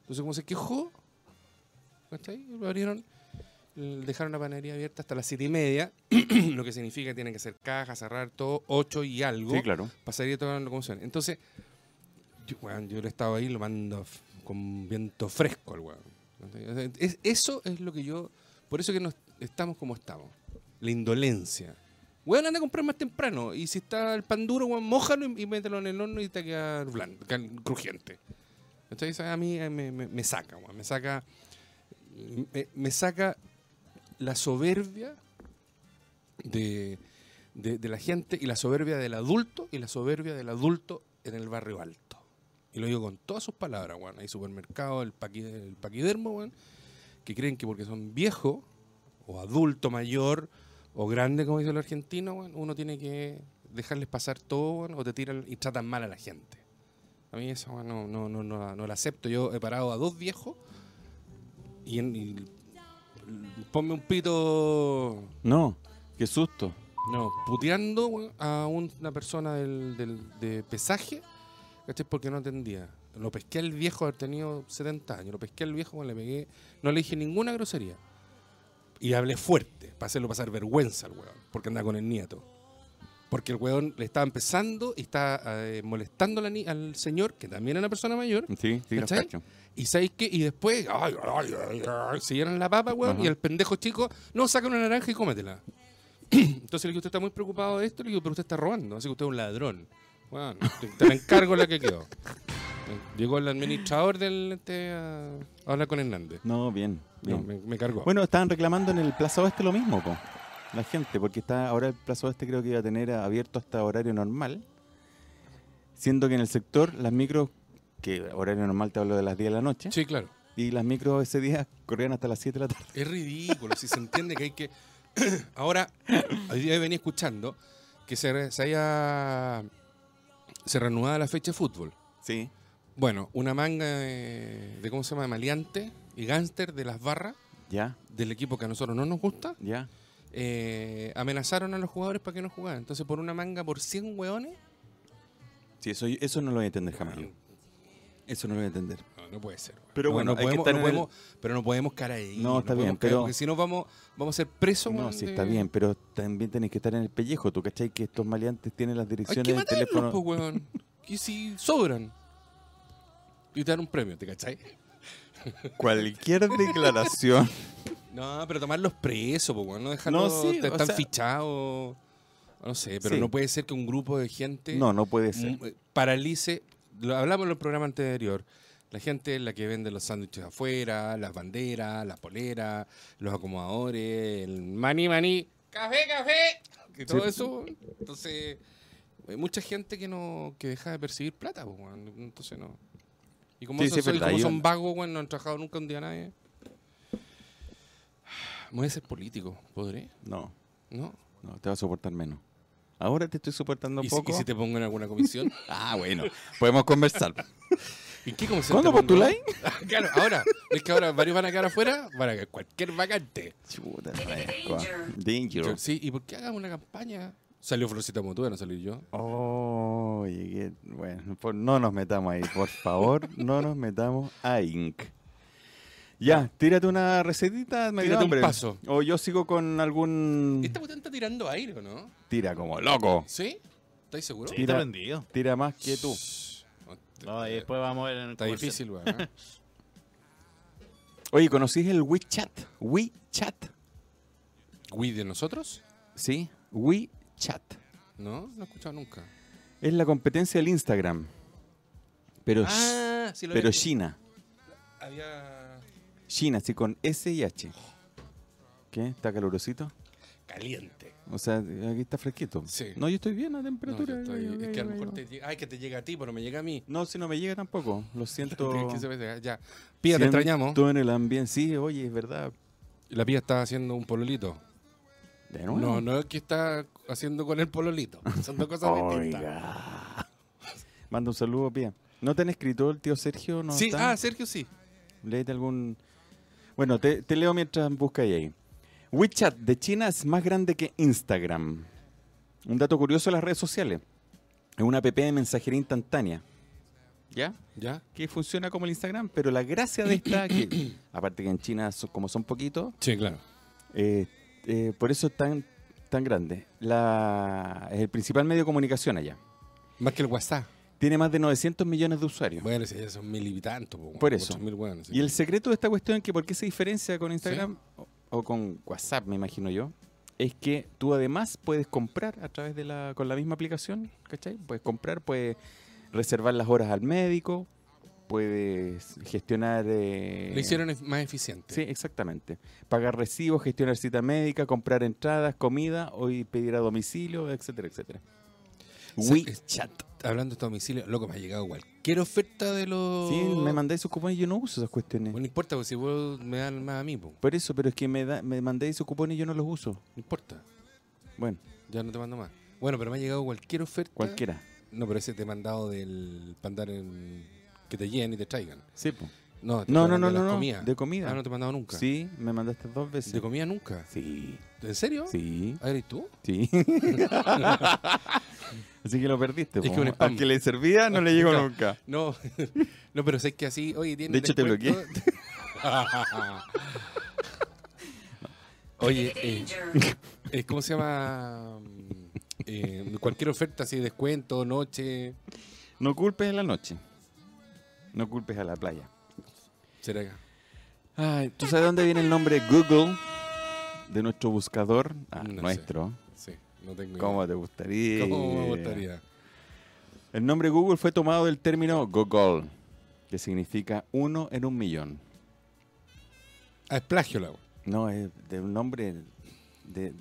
Entonces, como se quejó, ¿cachai? Lo abrieron, l- dejaron la panadería abierta hasta las siete y media, *clears throat* lo que significa que tienen que hacer caja, cerrar todo, ocho y algo
Sí, claro.
pasaría toda la locomoción. Entonces, yo, weón, yo le estaba ahí, lo mando a f- con viento fresco al weón. ¿Entendés? O sea, es- eso es lo que yo. Por eso que nos estamos como estamos. La indolencia. Weón, anda a comprar más temprano. Y si está el pan duro, weón, mójalo y, y mételo en el horno y te queda blando, cal- crujiente. Entonces, a mí eh, me, me- me saca, weón. Me saca. Me, me saca la soberbia de, de, de la gente y la soberbia del adulto y la soberbia del adulto en el barrio alto. Y lo digo con todas sus palabras, weón. Hay supermercados, el, paqui- el paquidermo, weón, que creen que porque son viejo o adulto mayor o grande, como dice el argentino, weón, uno tiene que dejarles pasar todo, weón, o te tiran y tratan mal a la gente. A mí eso weón, no, no, no, no, la- no la acepto. Yo he parado a dos viejos y, en- y- ponme un pito
No, qué susto.
no, puteando weón, a un- una persona del, del- de pesaje, ¿cachai? Porque no entendía. Lo pesqué al viejo, haber tenido 70 años. Lo pesqué al viejo, weón, le pegué. No le dije ninguna grosería. Y hablé fuerte, para hacerlo pasar vergüenza al weón, porque andaba con el nieto. Porque el weón le estaba empezando y estaba eh, molestando a la ni- al señor, que también era una persona mayor.
Sí, sí, los
¿Cachai?
cacho.
Y sabéis qué? Y después, ay, ay, ay, ay, se llenan la papa, weón,
Ajá.
y el pendejo chico, no, saca una naranja y cómetela. *clears throat* Entonces le digo, usted está muy preocupado de esto, le digo, pero usted está robando, así que usted es un ladrón. Weón, te, te la encargo la que quedó. Llegó el administrador del este, a a hablar con Hernández.
No, bien.
No,
bien.
me, me cargó.
Bueno, estaban reclamando en el Plaza Oeste lo mismo, po. La gente, porque está ahora el Plaza Oeste creo que iba a tener abierto hasta horario normal. Siendo que en el sector las micros, que horario normal te hablo de las 10 de la noche,
sí, claro.
y las micros ese día corrían hasta las 7 de la tarde.
Es ridículo, si se entiende que hay que. *clears throat* Ahora, hoy día venía escuchando que se, re- se haya. Se reanudaba la fecha de fútbol.
Sí.
Bueno, una manga de, de, ¿cómo se llama? De maleante y gángster de las barras
Ya,
del equipo que a nosotros no nos gusta,
ya.
eh, amenazaron a los jugadores para que no jugaran. Entonces, por una manga por 100 hueones,
Sí, eso, eso no lo voy a entender jamás. yo. Eso no lo voy a entender.
no, no puede ser. weón.
Pero
No,
bueno,
no
hay que
podemos,
estar
no
en el-
podemos- pero no podemos caer ahí.
No, está
podemos
bien,
caer,
pero-
Porque si no, vamos, vamos a ser presos.
No,
weón,
sí,
de-
está bien, pero también tenés que estar en el pellejo. ¿Tú cachai que estos maleantes tienen las
Hay
direcciones
que
del
matarlos,
teléfono?
pues, weón. Y si sobran. Y te dan un premio, ¿te cachai?
Cualquier declaración.
No, pero tomarlos presos, po, weón, no dejarlos,
No, sí,
te-
o
están
sea-
fichados. No sé, pero
Sí.
no puede ser que un grupo de gente
no, no puede ser.
mm, eh, paralice. Lo hablamos en el programa anterior. La gente es la que vende los sándwiches afuera, las banderas, las poleras, los acomodadores, el maní, maní, café, café, que todo
Sí.
eso. Entonces, Hay mucha gente que no que deja de percibir plata, pues, weón. entonces no. Y como,
Sí,
eso
sí, es
soy-
verdad,
como
yo-
son vagos, weón, no han trabajado nunca un día a nadie. Me voy a ser político, ¿podré?
No,
¿No?
no, te va a soportar menos. Ahora te estoy soportando un
¿Y, si,
poco.
y si te pongo en alguna comisión?
Ah, bueno,
*laughs*
podemos conversar.
¿En qué comisión?
¿Cuándo
te pongo?
postuláis?
*laughs* Ah, Claro, ahora. Es que ahora varios van a quedar afuera para que cualquier vacante.
Chuta,
Danger.
Yo,
Danger.
sí, ¿y por qué hagamos una campaña? Salió Florcita Motúa, no salí yo.
Oh, llegué. Bueno, por- no nos metamos ahí,
*laughs*
por favor, no nos metamos a Inc. Ya, tírate una recetita, me dio
Tírate un
hambre.
paso. Este-
O yo sigo con algún.
Esta cuestión está tirando aire, ¿o no?
Tira como loco.
¿Sí? ¿Estáis seguros?
Sí.
Sí,
Tira-
está prendido.
Tira más que tú.
No, y después vamos a ver en el
Está
comercial.
difícil, weón.
*laughs*
¿eh?
Oye, ¿conocís el WeChat? WeChat.
¿Wii de nosotros?
¿Sí? WeChat.
No, no he escuchado nunca.
Es la competencia del Instagram. Pero,
Ah, sí
pero China.
Había
China, así con S y H. ¿Qué? ¿Está calurosito?
caliente.
O sea, aquí está fresquito.
Sí.
No, yo estoy bien a
No,
temperatura.
yo estoy-
Ahí,
es que a lo
ahí,
mejor
ahí.
te llega- Ay, que te llega a ti, pero me llega a mí.
No, si no me llega tampoco.
*laughs*
Lo siento.
Que se ve- Ya. Pía, te extrañamos.
Todo en el ambiente. Sí, oye, es verdad.
La pía está haciendo un pololito.
De
No, no es que está haciendo con el pololito. Son dos
*laughs*
cosas distintas.
Oiga. Manda un saludo, Pía. ¿No te han escrito el tío Sergio? ¿No
sí,
está?
ah, Sergio sí.
Léete algún. Bueno, te, te leo mientras buscas ahí. WeChat de China es más grande que Instagram. Un dato curioso de las redes sociales. Es una app de mensajería instantánea. ¿Ya?
¿Ya?
Que funciona como el Instagram, pero la gracia de esta, que aparte que en China, so- como son poquitos,
Sí, claro.
eh, eh, por eso es tan, tan grande. La, es el principal medio de comunicación allá.
Más que el WhatsApp.
Tiene más de 900 millones de usuarios.
Bueno, si ya son mil y tanto. po,
Por eso.
ocho mil, weón, sí.
Y el secreto de esta cuestión, que por qué se diferencia con Instagram o, o con WhatsApp, me imagino yo, es que tú además puedes comprar a través de la, con la misma aplicación, ¿cachai? Puedes comprar, puedes reservar las horas al médico, puedes gestionar... eh,
Lo hicieron ef- más eficiente.
Sí, exactamente. Pagar recibos, gestionar cita médica, comprar entradas, comida, hoy pedir a domicilio, etcétera, etcétera.
Sa-
WeChat.
Hablando de este domicilio, loco, me ha llegado cualquier oferta de los.
Sí, me mandáis sus cupones y yo no uso esas cuestiones.
Bueno, no importa, porque si vos me dan más a mí, po,
Por eso, pero es que me, da, me mandéis sus cupones y yo no los uso.
no importa.
Bueno,
Ya no te mando más. Bueno, pero me ha llegado cualquier oferta.
cualquiera.
No, pero ese te he mandado del. para andar en. que te llenen y te traigan.
Sí, po.
No, te
No,
estoy
no,
hablando
no,
de
no,
las
no,
comidas.
de comida.
Ah, no te he mandado nunca.
Sí, me mandaste dos veces.
¿De comida nunca?
Sí,
¿En serio?
sí,
A ver, ¿y tú? *laughs*
sí. Así que lo perdiste.
Es
po.
que un spam.
Al que le servía no le
*laughs*
llegó nunca.
No, no, pero sé que así, oye, tiene.
De hecho, te
descuento. *laughs* oye, eh,
Danger.
eh, ¿cómo se llama? Eh, cualquier oferta así, descuento, noche.
No culpes a la noche. No culpes a la playa.
Será acá.
Ay, ¿tú sabes dónde viene el nombre Google? De nuestro buscador. Ah,
No sé.
nuestro.
Sí, no tengo idea.
¿Cómo te gustaría?
¿Cómo me gustaría?
El nombre Google fue tomado del término Google, que significa uno en un millón.
Ah, es plagio la wea.
No, es de un nombre de...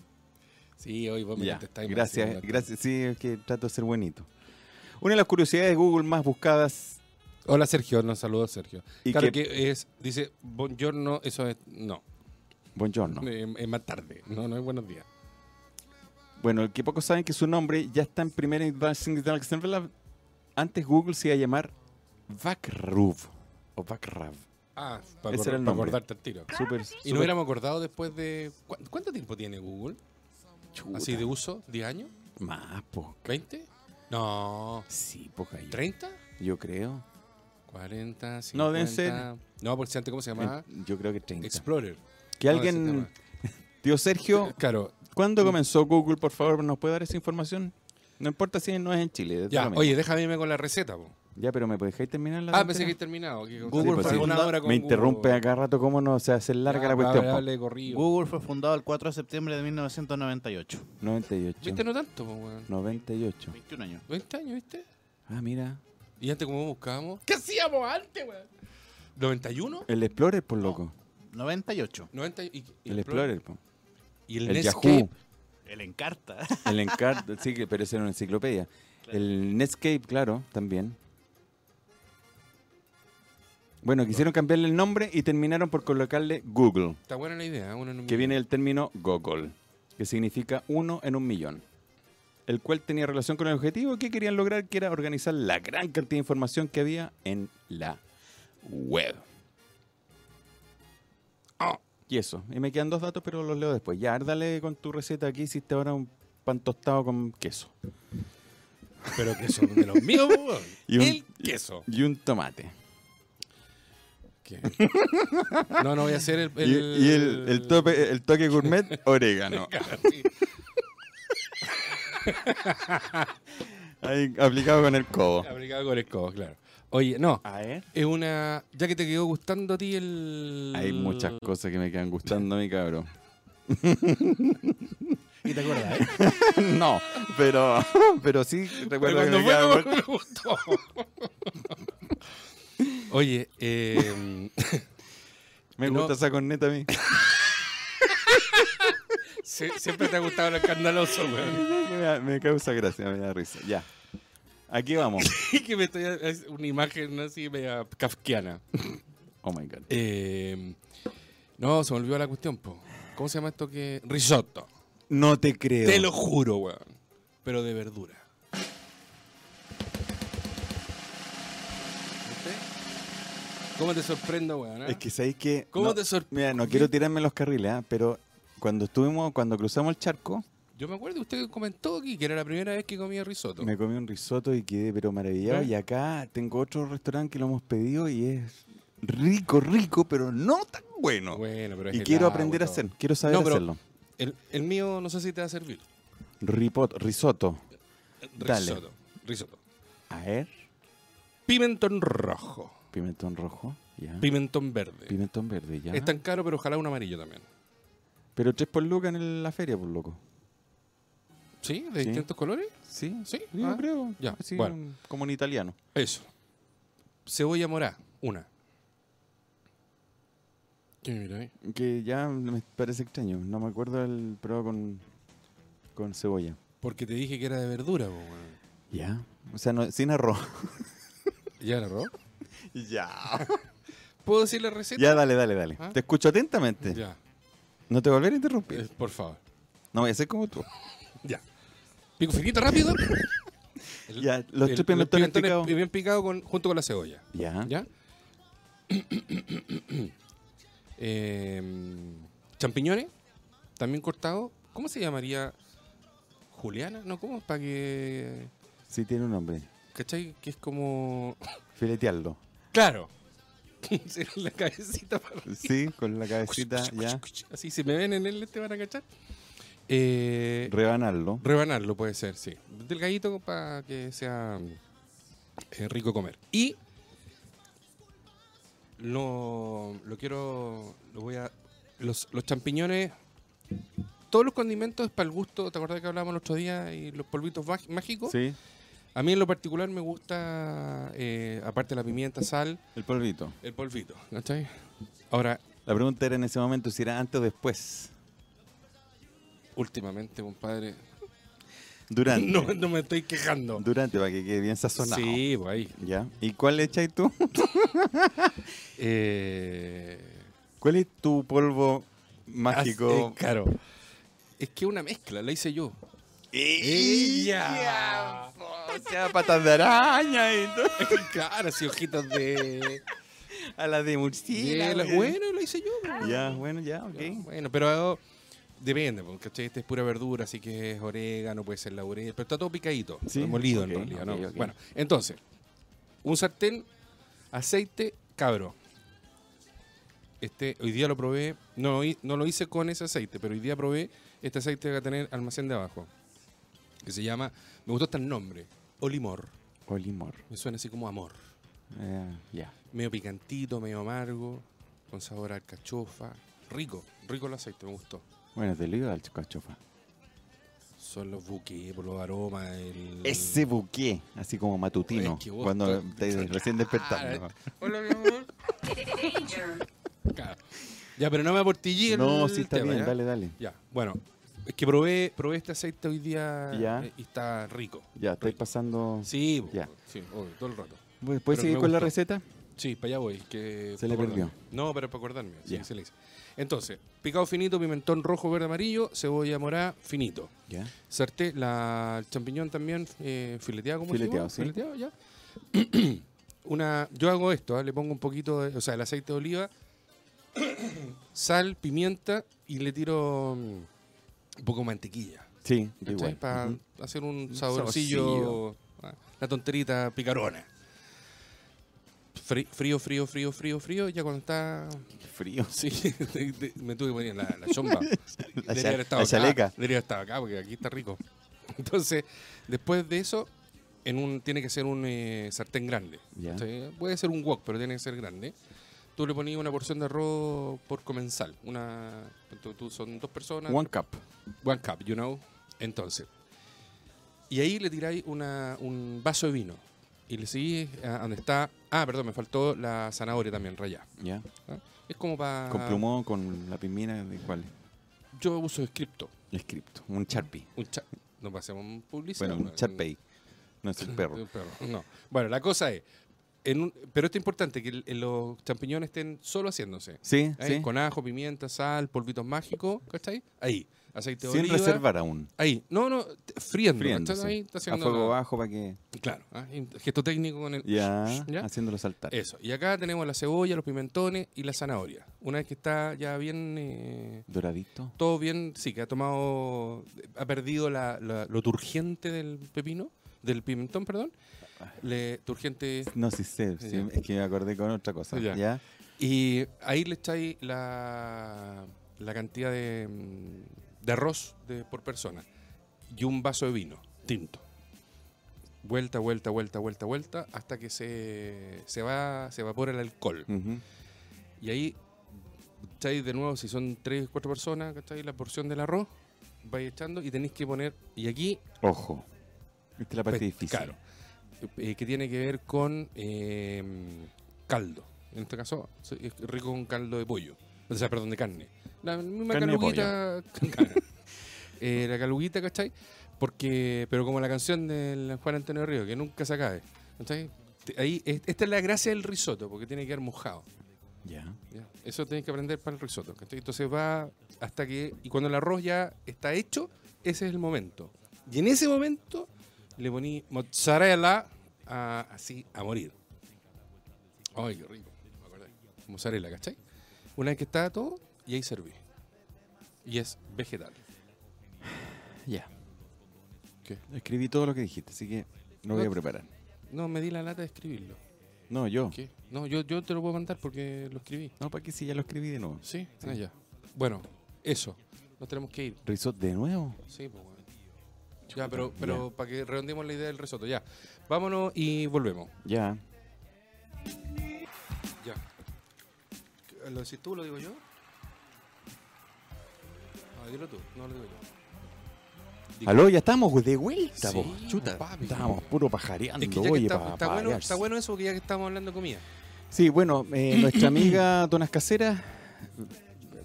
Sí, hoy vos me
Ya,
contestáis más
gracias,
encima.
gracias. Sí, es que trato de ser buenito. Una de las curiosidades de Google más buscadas...
Hola Sergio, nos saludó Sergio.
Y
claro que,
que-
es, dice, buongiorno, eso es, no,
Buongiorno.
eh, es más tarde, no, no es buenos días.
Bueno, que pocos saben que su nombre ya está en primera instancia. Antes Google se iba a llamar Backrub o Backrav.
Ah, para,
Ese era el
para
nombre.
acordarte el tiro.
Súper,
Y no hubiéramos acordado después de, ¿cu- ¿cuánto tiempo tiene Google?
chuta.
Así de uso, ¿10 años?
Más, po.
¿20? No,
Sí, po, gallo.
¿30?
Yo creo.
40, 50.
No, deben
No, porque antes, ¿cómo se llamaba?
En- Yo creo que 30.
Explorer.
que
No, ese
alguien...
tema.
Tío Sergio,
Claro,
¿cuándo comenzó Google? Por favor, ¿nos puede dar esa información? No importa si no es en Chile. es
ya,
lo mismo.
oye, déjame irme con la receta, po.
Ya, pero ¿me dejáis terminar la
Ah, pensé que he
tontería?
terminado. que-
Sí,
Google
pues
fue
sí.
una hora con Google.
Me
Ah,
interrumpe a cada rato cómo no se hace larga
Ya,
la cuestión.
hable,
po.
hable, corrido.
Google fue fundado el 4 de septiembre de 1998.
98.
¿Viste? No tanto, po, weón.
98.
21 años.
20 años, ¿viste?
Ah, mira.
Y antes, ¿cómo buscábamos? ¿Qué hacíamos antes, weón? ¿91?
El Explorer, por loco.
98.
90 y, y
el Explorer, po.
Y el,
El
Netscape.
Yahoo.
El Encarta.
El Encarta. sí, que- pero esa era una enciclopedia. El Netscape, claro, también. Bueno, quisieron cambiarle el nombre y terminaron por colocarle Google,
Está buena la idea. uno en un
que
millón.
viene del término Gogol, que significa uno en un millón, el cual tenía relación con el objetivo que querían lograr, que era organizar la gran cantidad de información que había en la web. Ah, y eso, y me quedan dos datos, pero los leo después. Ya, dale con tu receta aquí, hiciste ahora un pan tostado con queso.
Pero que son de los
*laughs*
míos, po, weón.
Y un-
El queso.
Y un tomate.
¿Qué? *laughs* No, no voy a hacer el.
Y- y el, el tope, el toque
*laughs*
gourmet, orégano. *laughs* Ahí, aplicado con el codo.
Aplicado con el codo, claro. Oye, no.
A ver.
Es una. Ya que te quedó gustando a ti el.
Hay muchas cosas que me quedan gustando a mí, cabrón.
Y te acuerdas, ¿eh?
*laughs* No, pero, pero sí
Pero
recuerdo que
cuando
me
fue,
quedan
no me gustó.
*laughs*
Oye, eh,
Me
no.
gusta esa corneta a mí.
*laughs*
*laughs*
sie- siempre te ha gustado lo escandaloso, weón. *laughs*
*laughs* Me, me causa gracia, me da risa. Ya. Aquí vamos.
Y que me estoy. Es una imagen así media kafkiana.
Oh my god.
Eh, no, se me olvidó la cuestión, po. ¿Cómo se llama esto que.? Risotto.
No te creo.
Te lo juro, weón. Pero de verdura. ¿Viste? ¿Cómo te sorprendo, weón? ah?
Es que sabéis que.
¿Cómo
no-
te sorprende?
Mira, no quiero tirarme los carriles, ah, pero cuando estuvimos, cuando cruzamos el charco,
Yo me acuerdo, usted comentó aquí que era la primera vez que comía risotto.
Me comí un risotto y quedé pero maravillado.
¿Eh?
Y acá tengo otro restaurante que lo hemos pedido y es rico, rico, pero no tan bueno.
Bueno, pero es
y
el
quiero
agua
aprender a
y todo.
hacer, quiero saber
No, pero-
hacerlo.
El, el mío no sé si te va a servir.
Ripot, risotto. Dale.
Risotto. Risotto.
A ver,
Pimentón rojo.
pimentón rojo, ya.
Pimentón verde.
Pimentón verde, ya.
Es tan caro, pero ojalá un amarillo también.
Pero tres por lucas en el- la feria, por loco.
¿Sí? ¿De
Sí.
distintos colores?
¿Sí?
Sí,
Yo
ah,
creo.
ya,
Así,
bueno.
Como en italiano.
Eso. Cebolla morada, una. ¿Qué mira ahí?
Que ya me parece extraño. No me acuerdo el probado con, con cebolla.
Porque te dije que era de verdura, po, weón.
Ya. O sea, no- sin arroz. *laughs*
¿Ya era arroz?
ya.
¿Puedo decir la receta?
Ya, dale, dale, dale.
¿Ah?
Te escucho atentamente.
Ya,
No te volveré
eh,
a interrumpir.
por favor.
No voy a ser
*laughs*
como tú.
Ya. Pico finito, rápido. El-
*laughs* Ya, los
el-
tres pimentones picados.
bien picados con- junto con la cebolla.
Ya.
¿Ya? *coughs* Em, champiñones, también cortados. ¿Cómo se llamaría? ¿Juliana? No, ¿cómo? Para que...
Sí tiene un nombre.
¿Cachai? Que es como...
Filetearlo.
Claro. *laughs* Sí, la cabecita para arriba.
Sí, con la cabecita, ya.
Así, si me ven en él, te van a cachar. Eh,
Rebanarlo.
rebanarlo puede ser, sí. Delgadito para que sea eh, rico comer. Y lo, lo quiero. Lo voy a. Los, los champiñones. Todos los condimentos es para el gusto. ¿Te acuerdas que hablábamos el otro día? Y los polvitos baj- mágicos.
Sí,
A mí en lo particular me gusta, eh, aparte de la pimienta, sal,
el polvito.
el polvito, ¿cachai? Ahora,
La pregunta era en ese momento si era antes o después.
últimamente, compadre, *laughs*
Durante.
no, no me estoy quejando.
Durante, para que quede bien sazonado.
Sí, pues ahí.
Ya. ¿Y cuál le echáis tú? *laughs*
Eh,
¿Cuál es tu polvo
así, eh,
mágico?
claro. Es que una mezcla, la hice yo. *laughs*
¡Ella! O sea, patas de araña y todo.
claro, así hojitas de...
A la de
de la-
murciélago.
bueno, la hice yo. pues.
Ya, bueno, ya, ok.
Bueno, pero depende, porque ¿cachai? Esta es pura verdura, así que es orégano, puede ser laurel, pero está todo picadito,
Sí,
molido
ok,
en realidad. ¿no?
ok, ok.
Bueno, entonces, un sartén, aceite, cabro. Este, hoy día lo probé, no, hi- no lo hice con ese aceite, pero hoy día probé este aceite que va a tener almacén de abajo, que se llama, me gustó hasta el nombre, Olimor.
Olimor.
Me suena así como amor.
Eh, ya.
Medio picantito, medio amargo, con sabor a alcachofa. Rico, rico el aceite, me gustó.
Bueno, te lo iba al chocachofa.
Son los buques, por los aromas, el...
Ese buque, así como matutino,
Es que vos
cuando
estás-
estáis recién despertando.
Ah, Hola, mi amor. *laughs* Claro. Ya, pero no me aportillé el
No, sí, está
tema,
bien,
¿ya?
dale, dale.
Ya, bueno. Es que probé, probé este aceite hoy día
Ya.
eh, y está rico.
Ya, estáis
rico.
pasando.
Sí, po,
Ya.
sí, obvio, todo el rato.
¿Puedes
Pero
seguir
me
con la
gustó.
receta?
Sí, para allá voy. Que para
Se le perdió.
acordarme. No, pero para acordarme. sí,
Ya.
se le hizo. Entonces, picado finito, pimentón rojo, verde, amarillo, cebolla morada, finito.
Ya.
Sarté, la el champiñón también eh, fileteado, como
Fileteado,
decimos,
sí.
Fileteado, ya. *clears throat* Una, yo hago esto, ¿ah? le pongo un poquito, de- o sea, el aceite de oliva, *clears throat* sal, pimienta y le tiro mm, un poco de mantequilla.
Sí, yo
¿cachai?
igual.
Para
Ujú.
hacer un
Un
saborcillo,
saborcillo.
ah, la tonterita picarona. Fri- Frío, frío, frío, frío, frío, ya cuando está...
Qué frío.
Sí, *laughs* de- de- me tuve que poner la, la chomba.
*laughs* La,
Debería
cha-
haber estado
la
acá,
chaleca.
Debería haber estado acá porque aquí está rico. *laughs* Entonces, después de eso, en un, tiene que ser un eh, sartén grande.
Ya.
¿sí? Puede ser un wok, pero tiene que ser grande. Tú le ponías una porción de arroz por comensal. Una, tú, tú son dos personas.
One cup.
one cup, you know. Entonces. Y ahí le tiráis una, un vaso de vino. Y le seguís a donde está. Ah, perdón, me faltó la zanahoria también, rayada.
Ya.
¿ah? Es como para.
Con plumón, con la pimina, de cuál.
Yo uso Scripto.
Script. Un Sharpie.
Un cha- No pasemos publicidad.
Bueno, un
weón.
Sharpie. No es el
De un *laughs*
perro.
perro, no. Bueno, la cosa es, en un- pero esto es importante, que el- el- los champiñones estén solo haciéndose.
Sí,
¿eh?
sí.
Con ajo, pimienta, sal, polvitos mágicos, ¿cachai? Ahí, aceite este de
Sin
oliva.
reservar aún.
Ahí, no, no, t- friendo,
Friendo,
¿cachai? Ahí
sí.
está
A
haciendo...
fuego
la-
bajo para que.
Claro, ¿ah? Y un gesto técnico con el...
Ya.
¿Ya? Eh.
Haciéndolo saltar.
Eso, y acá tenemos la cebolla, los pimentones y la zanahoria. Una vez que está ya bien... eh,
Doradito.
todo bien, sí, que ha tomado, eh, ha perdido la- la- lo turgente del pepino, del pimentón, perdón. Le, turgente.
No, sí sé. sí,
Ya.
es que me acordé con otra cosa.
Ya.
Ya.
Y ahí le echáis la, la cantidad de, mm, de arroz de- por persona y un vaso de vino tinto. Vuelta, vuelta, vuelta, vuelta, vuelta, hasta que se, se va, se evapora el alcohol.
Ujú.
Y ahí, echáis de nuevo, si son tres, cuatro personas, ¿cachai? La porción del arroz, vais echando y tenéis que poner, y aquí
Ojo. Esta es la parte
Pe-
difícil.
Pues, Claro. Eh, que tiene que ver con eh, caldo. En este caso, se- es rico con caldo de pollo. O sea, perdón, de carne. La misma
Carne de
caluguita. *laughs* Claro. Eh, la caluguita, ¿cachai? Porque, pero como la canción del Juan Antonio Río, que nunca se acabe. ¿Cachai? Te- Ahí, es- esta es la gracia del risotto, porque tiene que quedar mojado.
Ya.
¿ya? Eso tienes que aprender para el risotto. ¿cachai? Entonces va hasta que. Y cuando el arroz ya está hecho, ese es el momento. Y en ese momento le poní mozzarella a- así a morir. Ay, qué rico. me acordé. Mozzarella, ¿cachai? Una vez que está todo, y ahí serví. Y es *sighs* vegetal.
Ya.
¿Qué?
Escribí todo lo que dijiste, así que lo voy a
No.
preparar.
No, me di la lata de escribirlo.
No, yo.
¿Qué? No, yo, yo te lo puedo mandar porque lo escribí.
No, para que si ya lo escribí de nuevo.
¿Sí? Ah, ya. Bueno, eso. Nos tenemos que ir.
Risot de nuevo.
Sí, pues bueno. Ya, pero, pero para que redondemos la idea del risotto, ya. Vámonos y volvemos.
Ya.
Ya. ¿Lo decís tú lo digo yo? No, dilo tú, no lo digo yo. Digo-
Aló, ya estamos de vuelta,
Sí,
po. Chuta.
papi.
Estábamos puro pajareando,
Es que ya que
oye,
está,
pa-
está
pa
bueno,
variarse.
está bueno eso porque ya que estamos hablando de comida.
Sí, bueno, eh,
*clears throat*
nuestra amiga Donas Caseras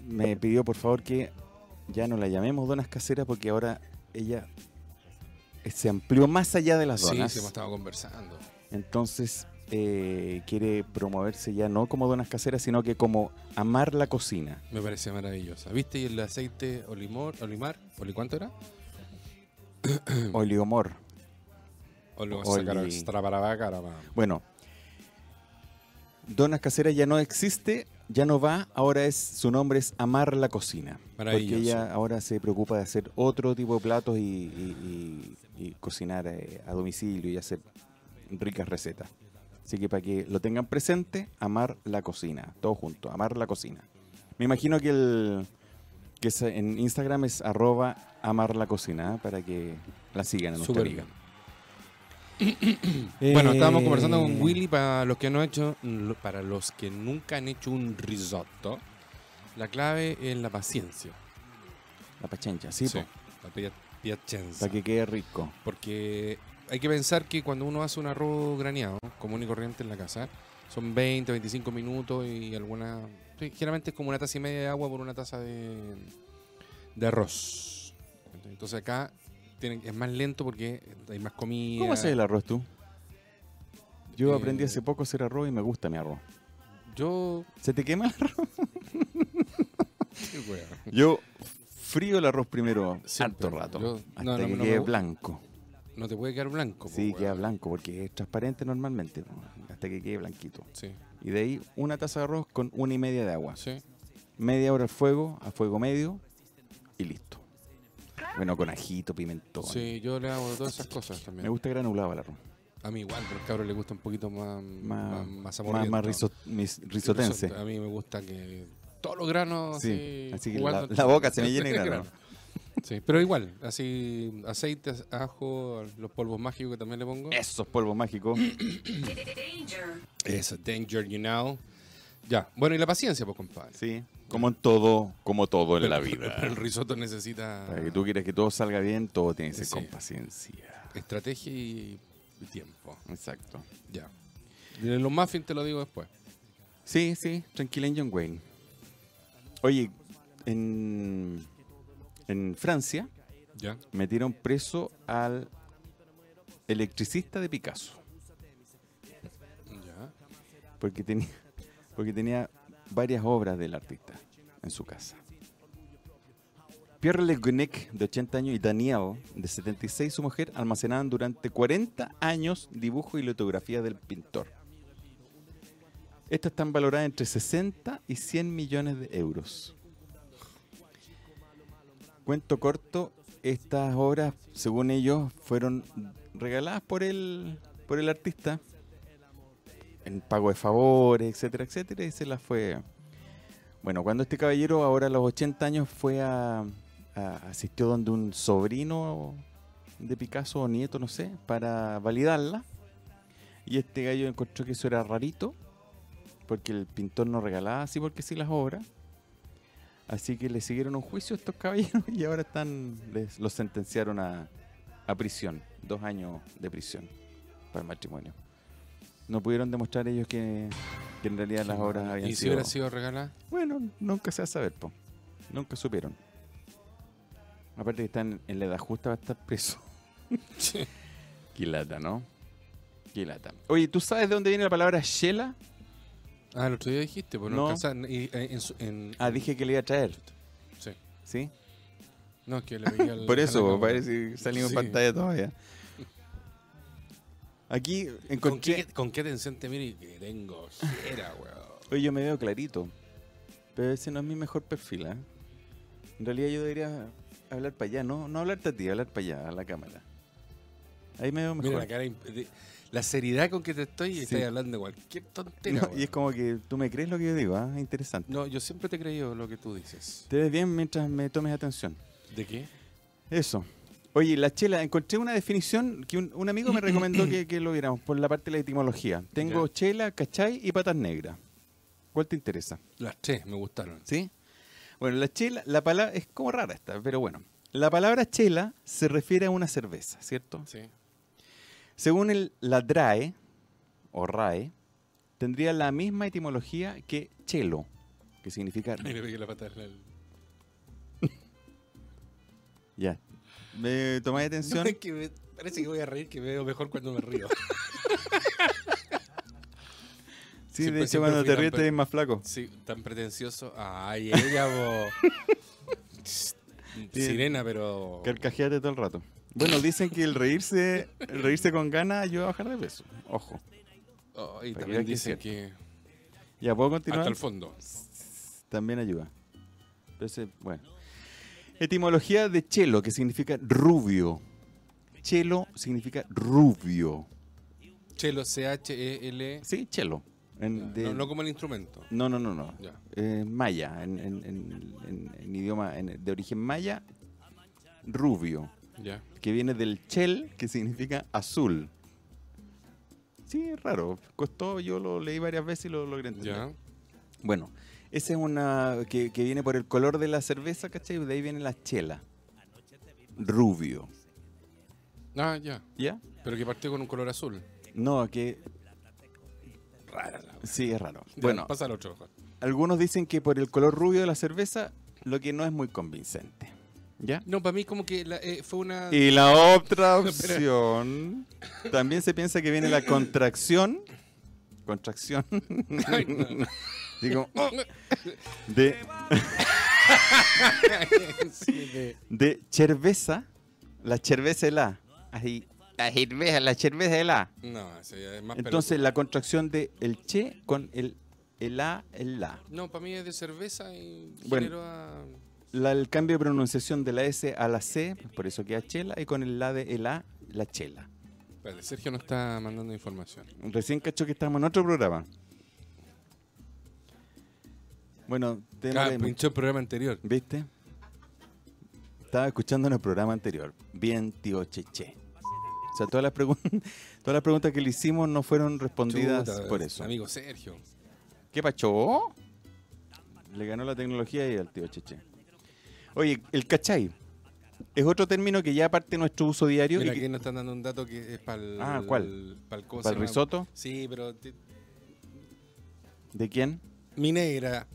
me pidió por favor que ya no la llamemos Donas Caseras porque ahora ella se amplió más allá de las donas.
Sí, sí, hemos estado conversando.
Entonces eh, quiere promoverse ya no como donas caseras, sino que como amar la cocina.
Me parece maravillosa. ¿Viste? Y el aceite olimor, olimar, oli cuánto era?
Oliomor.
O lo
Oli-
sacaron extra para vaca, ahora va.
Bueno, donas caseras ya no existe, ya no va, ahora es su nombre es amar la cocina. Porque
Maravilloso.
ella ahora se preocupa de hacer otro tipo de platos y, y- y- y cocinar eh, a domicilio y hacer ricas recetas. Así que para que lo tengan presente, amar la cocina, todo junto, amar la cocina. Me imagino que el que es en Instagram es arroba amar la cocina ¿eh? para que la sigan en nuestra
Súper
liga.
Bueno, estábamos
Eh,
conversando con Willy para los que no han hecho, lo- para los que nunca han hecho un risotto, la clave es la paciencia.
La pachancha, sí, po,
la pia- piacenza.
para que quede rico.
Porque hay que pensar que cuando uno hace un arroz graneado, común y corriente en la casa, son 20, 25 minutos y alguna... sí, Generalmente es como una taza y media de agua por una taza de, de arroz. ¿cachai? Entonces acá tienen, es más lento porque hay más comida.
¿Cómo haces el arroz tú? Yo
Eh,
aprendí hace poco a hacer arroz y me gusta mi arroz.
Yo.
¿Se te quema el arroz?
qué wea.
Yo frío el arroz primero,
Siempre.
harto rato,
Yo-
hasta
no, no,
que
no me
quede
gusta.
blanco.
No te puede quedar blanco. po,
Sí,
wea.
queda blanco porque es transparente normalmente, po, hasta que quede blanquito.
Sí,
Y de ahí una taza de arroz con una y media de agua.
sí.
Media hora al fuego, a fuego medio y listo. Bueno, con ajito, pimentón.
Sí, yo le hago todas esas cosas también.
Me gusta granulado el arroz.
A mí igual, pero al cabro le gusta un poquito más
Más,
más,
más,
amorriento.
más riso- mis- risotense.
A mí me gusta que todos los granos
Sí, así que la,
jugando-
la
*laughs*
boca se me llena de grano.
Sí, pero igual, así aceite, ajo, los polvos mágicos que también le *laughs* pongo.
Esos
*laughs*
polvos mágicos.
Eso, danger, you know. Ya, bueno, y la paciencia, pues, compadre.
Sí, como en todo, como todo en la vida.
Pero el risotto necesita
Para que tú quieras que todo salga bien, todo tiene que ser
Sí.
con paciencia.
estrategia y y tiempo.
Exacto.
Ya. De los muffins te lo digo después.
Sí, sí, tranquila en John Wayne. Oye, en, en Francia
Ya.
metieron preso al electricista de Picasso.
Ya.
Porque tenía, porque tenía varias obras del artista en su casa. Pierre Le Guenec, de 80 años, y Daniel, de 76, su mujer, almacenaban durante 40 años dibujo y litografía del pintor. Estas están valoradas entre 60 y 100 millones de euros. Cuento corto, estas obras, según ellos, fueron regaladas por el, por el artista en pago de favores, etcétera, etcétera, y se las fue. Bueno, cuando este caballero, ahora a los 80 años, fue a, a- asistió donde un sobrino de Picasso o nieto, no sé, para validarla. Y este gallo encontró que eso era rarito, porque el pintor no regalaba así porque sí las obras. Así que le siguieron un juicio a estos caballeros y ahora están, les- los sentenciaron a, a prisión, dos años de prisión para el matrimonio. No pudieron demostrar ellos que, que en realidad las obras habían
¿Y si hubiera sido regalada? *laughs*
bueno, nunca se va a saber, po. Nunca supieron. Aparte que están en la edad justa para estar
*laughs*
preso.
Sí.
Qué lata, ¿no? Qué lata. Oye, ¿tú sabes de dónde viene la palabra Shela?
Ah, el otro día dijiste, pues no,
No.
alcanza- y- en- en su- en-
Ah, dije que le iba a traer.
sí.
¿Sí?
No, es que le pegué al-
*laughs* Por
a la
eso,
cámara.
parece que salimos
Sí.
en pantalla todavía. Aquí
¿Con
encontré...
qué, con qué tensión te mire que tengo? Era, weón.
Oye, yo me veo clarito. Pero ese no es mi mejor perfil, ¿ah? En realidad yo debería hablar para allá. No, no hablarte a ti, hablar para allá, a la cámara. Ahí me veo *laughs* mejor.
Mira la cara, imp- de- la seriedad con que te estoy y
Sí.
estás hablando de cualquier tontera.
No,
weón.
y es como que tú me crees lo que yo digo, ¿ah? interesante.
No, yo siempre te he creído lo que tú dices.
Te ves bien mientras me tomes atención.
¿De qué?
Eso. Oye, la chela, encontré una definición que un, un amigo me recomendó que, que lo viéramos por la parte de la etimología. Tengo
Ya.
chela, cachay y patas negras. ¿Cuál te interesa?
Las tres me gustaron.
¿Sí? Bueno, la chela, la palabra, es como rara esta, pero bueno. La palabra chela se refiere a una cerveza, ¿cierto?
*laughs* Sí.
Según el, la DRAE, o RAE, tendría la misma etimología que chelo, que significa
Ahí le pegué la pata al-
Ya. ¿Me tomáis atención? *laughs*
No, es *laughs* que me- parece que voy a reír que me veo mejor cuando me río.
sí, pues.
siempre-
de hecho,
siempre
cuando
fui
te ríes
camper.
te ves más flaco.
Sí, tan pretencioso. Ay, ella,
*laughs*
bo. Sirena, pero.
Carcajeate todo el rato. Bueno, dicen que el reírse, el reírse con ganas ayuda a bajar de peso. Ojo.
Oh, y
Para que
también
veas que
dicen
es
que.
¿Ya puedo
Hasta
continuar?
el fondo.
También ayuda. Entonces, bueno. Etimología de chelo, que significa rubio. Chelo significa rubio.
Chelo, C-H-E-L.
Sí, chelo. En- de-
No, no como el instrumento.
no, no, no, no.
Ya.
Eh, maya, en, en- en- en- en idioma en- de origen maya, rubio.
Ya.
que viene del chel, que significa azul. Sí, es raro. Costó, yo lo leí varias veces y lo logré entender.
Ya.
Bueno, esa es una que, que viene por el color de la cerveza, ¿cachai? De ahí viene la chela. Rubio.
Ah, ya.
¿Ya?
Pero que partió con un color azul.
No, que
Rara la-
sí, es raro.
Ya,
Bueno,
Pasa al otro. Juan.
algunos dicen que por el color rubio de la cerveza, lo que no es muy convincente. ¿Ya?
No, para mí como que la- eh, fue una...
Y la *laughs* otra opción, también se piensa que viene la contracción, contracción,
*laughs* Ay, no.
*laughs* digo, de,
Sí, de-
de cerveza, la cerveza helada. Así, la cerveza, la cerveza helada.
No, eso ya es más
Entonces la contracción de el che con el el a, el la.
pelotudo. No, para mí es de cerveza y
Bueno.
género a...
La- el cambio de pronunciación de la S a la C, por eso queda chela, y con el la de el a, la chela.
Espérate, Sergio no está mandando información.
Recién cacho que estamos en otro programa. Bueno, tema
Ah,
de-
pinchó el programa anterior.
¿Viste? Estaba escuchando en el programa anterior. Bien, tío Cheche. O sea, todas las, pregun- *laughs* todas las preguntas que le hicimos no fueron respondidas
Chuta,
por eso.
Amigo Sergio.
¿Qué pacho? Le ganó la tecnología y al tío Cheche. Oye, el cachai. Es otro término que ya parte de nuestro uso diario.
Mira,
y que-
aquí nos están dando un dato que es para el...
Ah, ¿cuál?
Para el
¿Para el risotto?
Sí, pero... te-
¿De quién?
mi negra.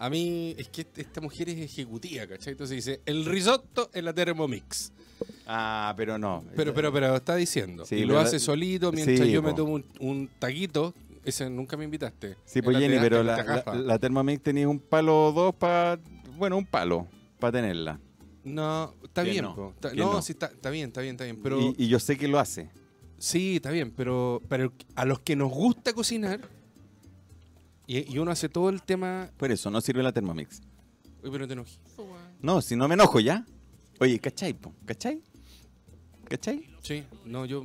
A mí, es que este, esta mujer es ejecutiva, ¿cachai? Entonces dice, el risotto en la Thermomix.
Ah, pero no.
Pero, pero, pero, está diciendo.
Sí,
y lo
pero-
hace solito mientras
sí,
yo me
po.
tomo un, un taquito. Ese nunca me invitaste.
Sí, pues
Era
Jenny,
te-
pero
te
la,
gafa.
la, la Thermomix tenía un palo o dos para... Bueno, un palo para tenerla.
No, está
Que
bien.
no,
po. Está-
que
no,
no.
sí, está, está bien, está bien, está bien. Pero,
Y- y yo sé que lo hace.
Sí, está bien, pero, pero a los que nos gusta cocinar, y, y uno hace todo el tema...
Por eso, no sirve la Thermomix.
Uy, pero te enojí, po, weón.
No, si no me enojo ya. Oye, ¿cachai? po? ¿Cachai? ¿Cachai?
Sí, no, yo...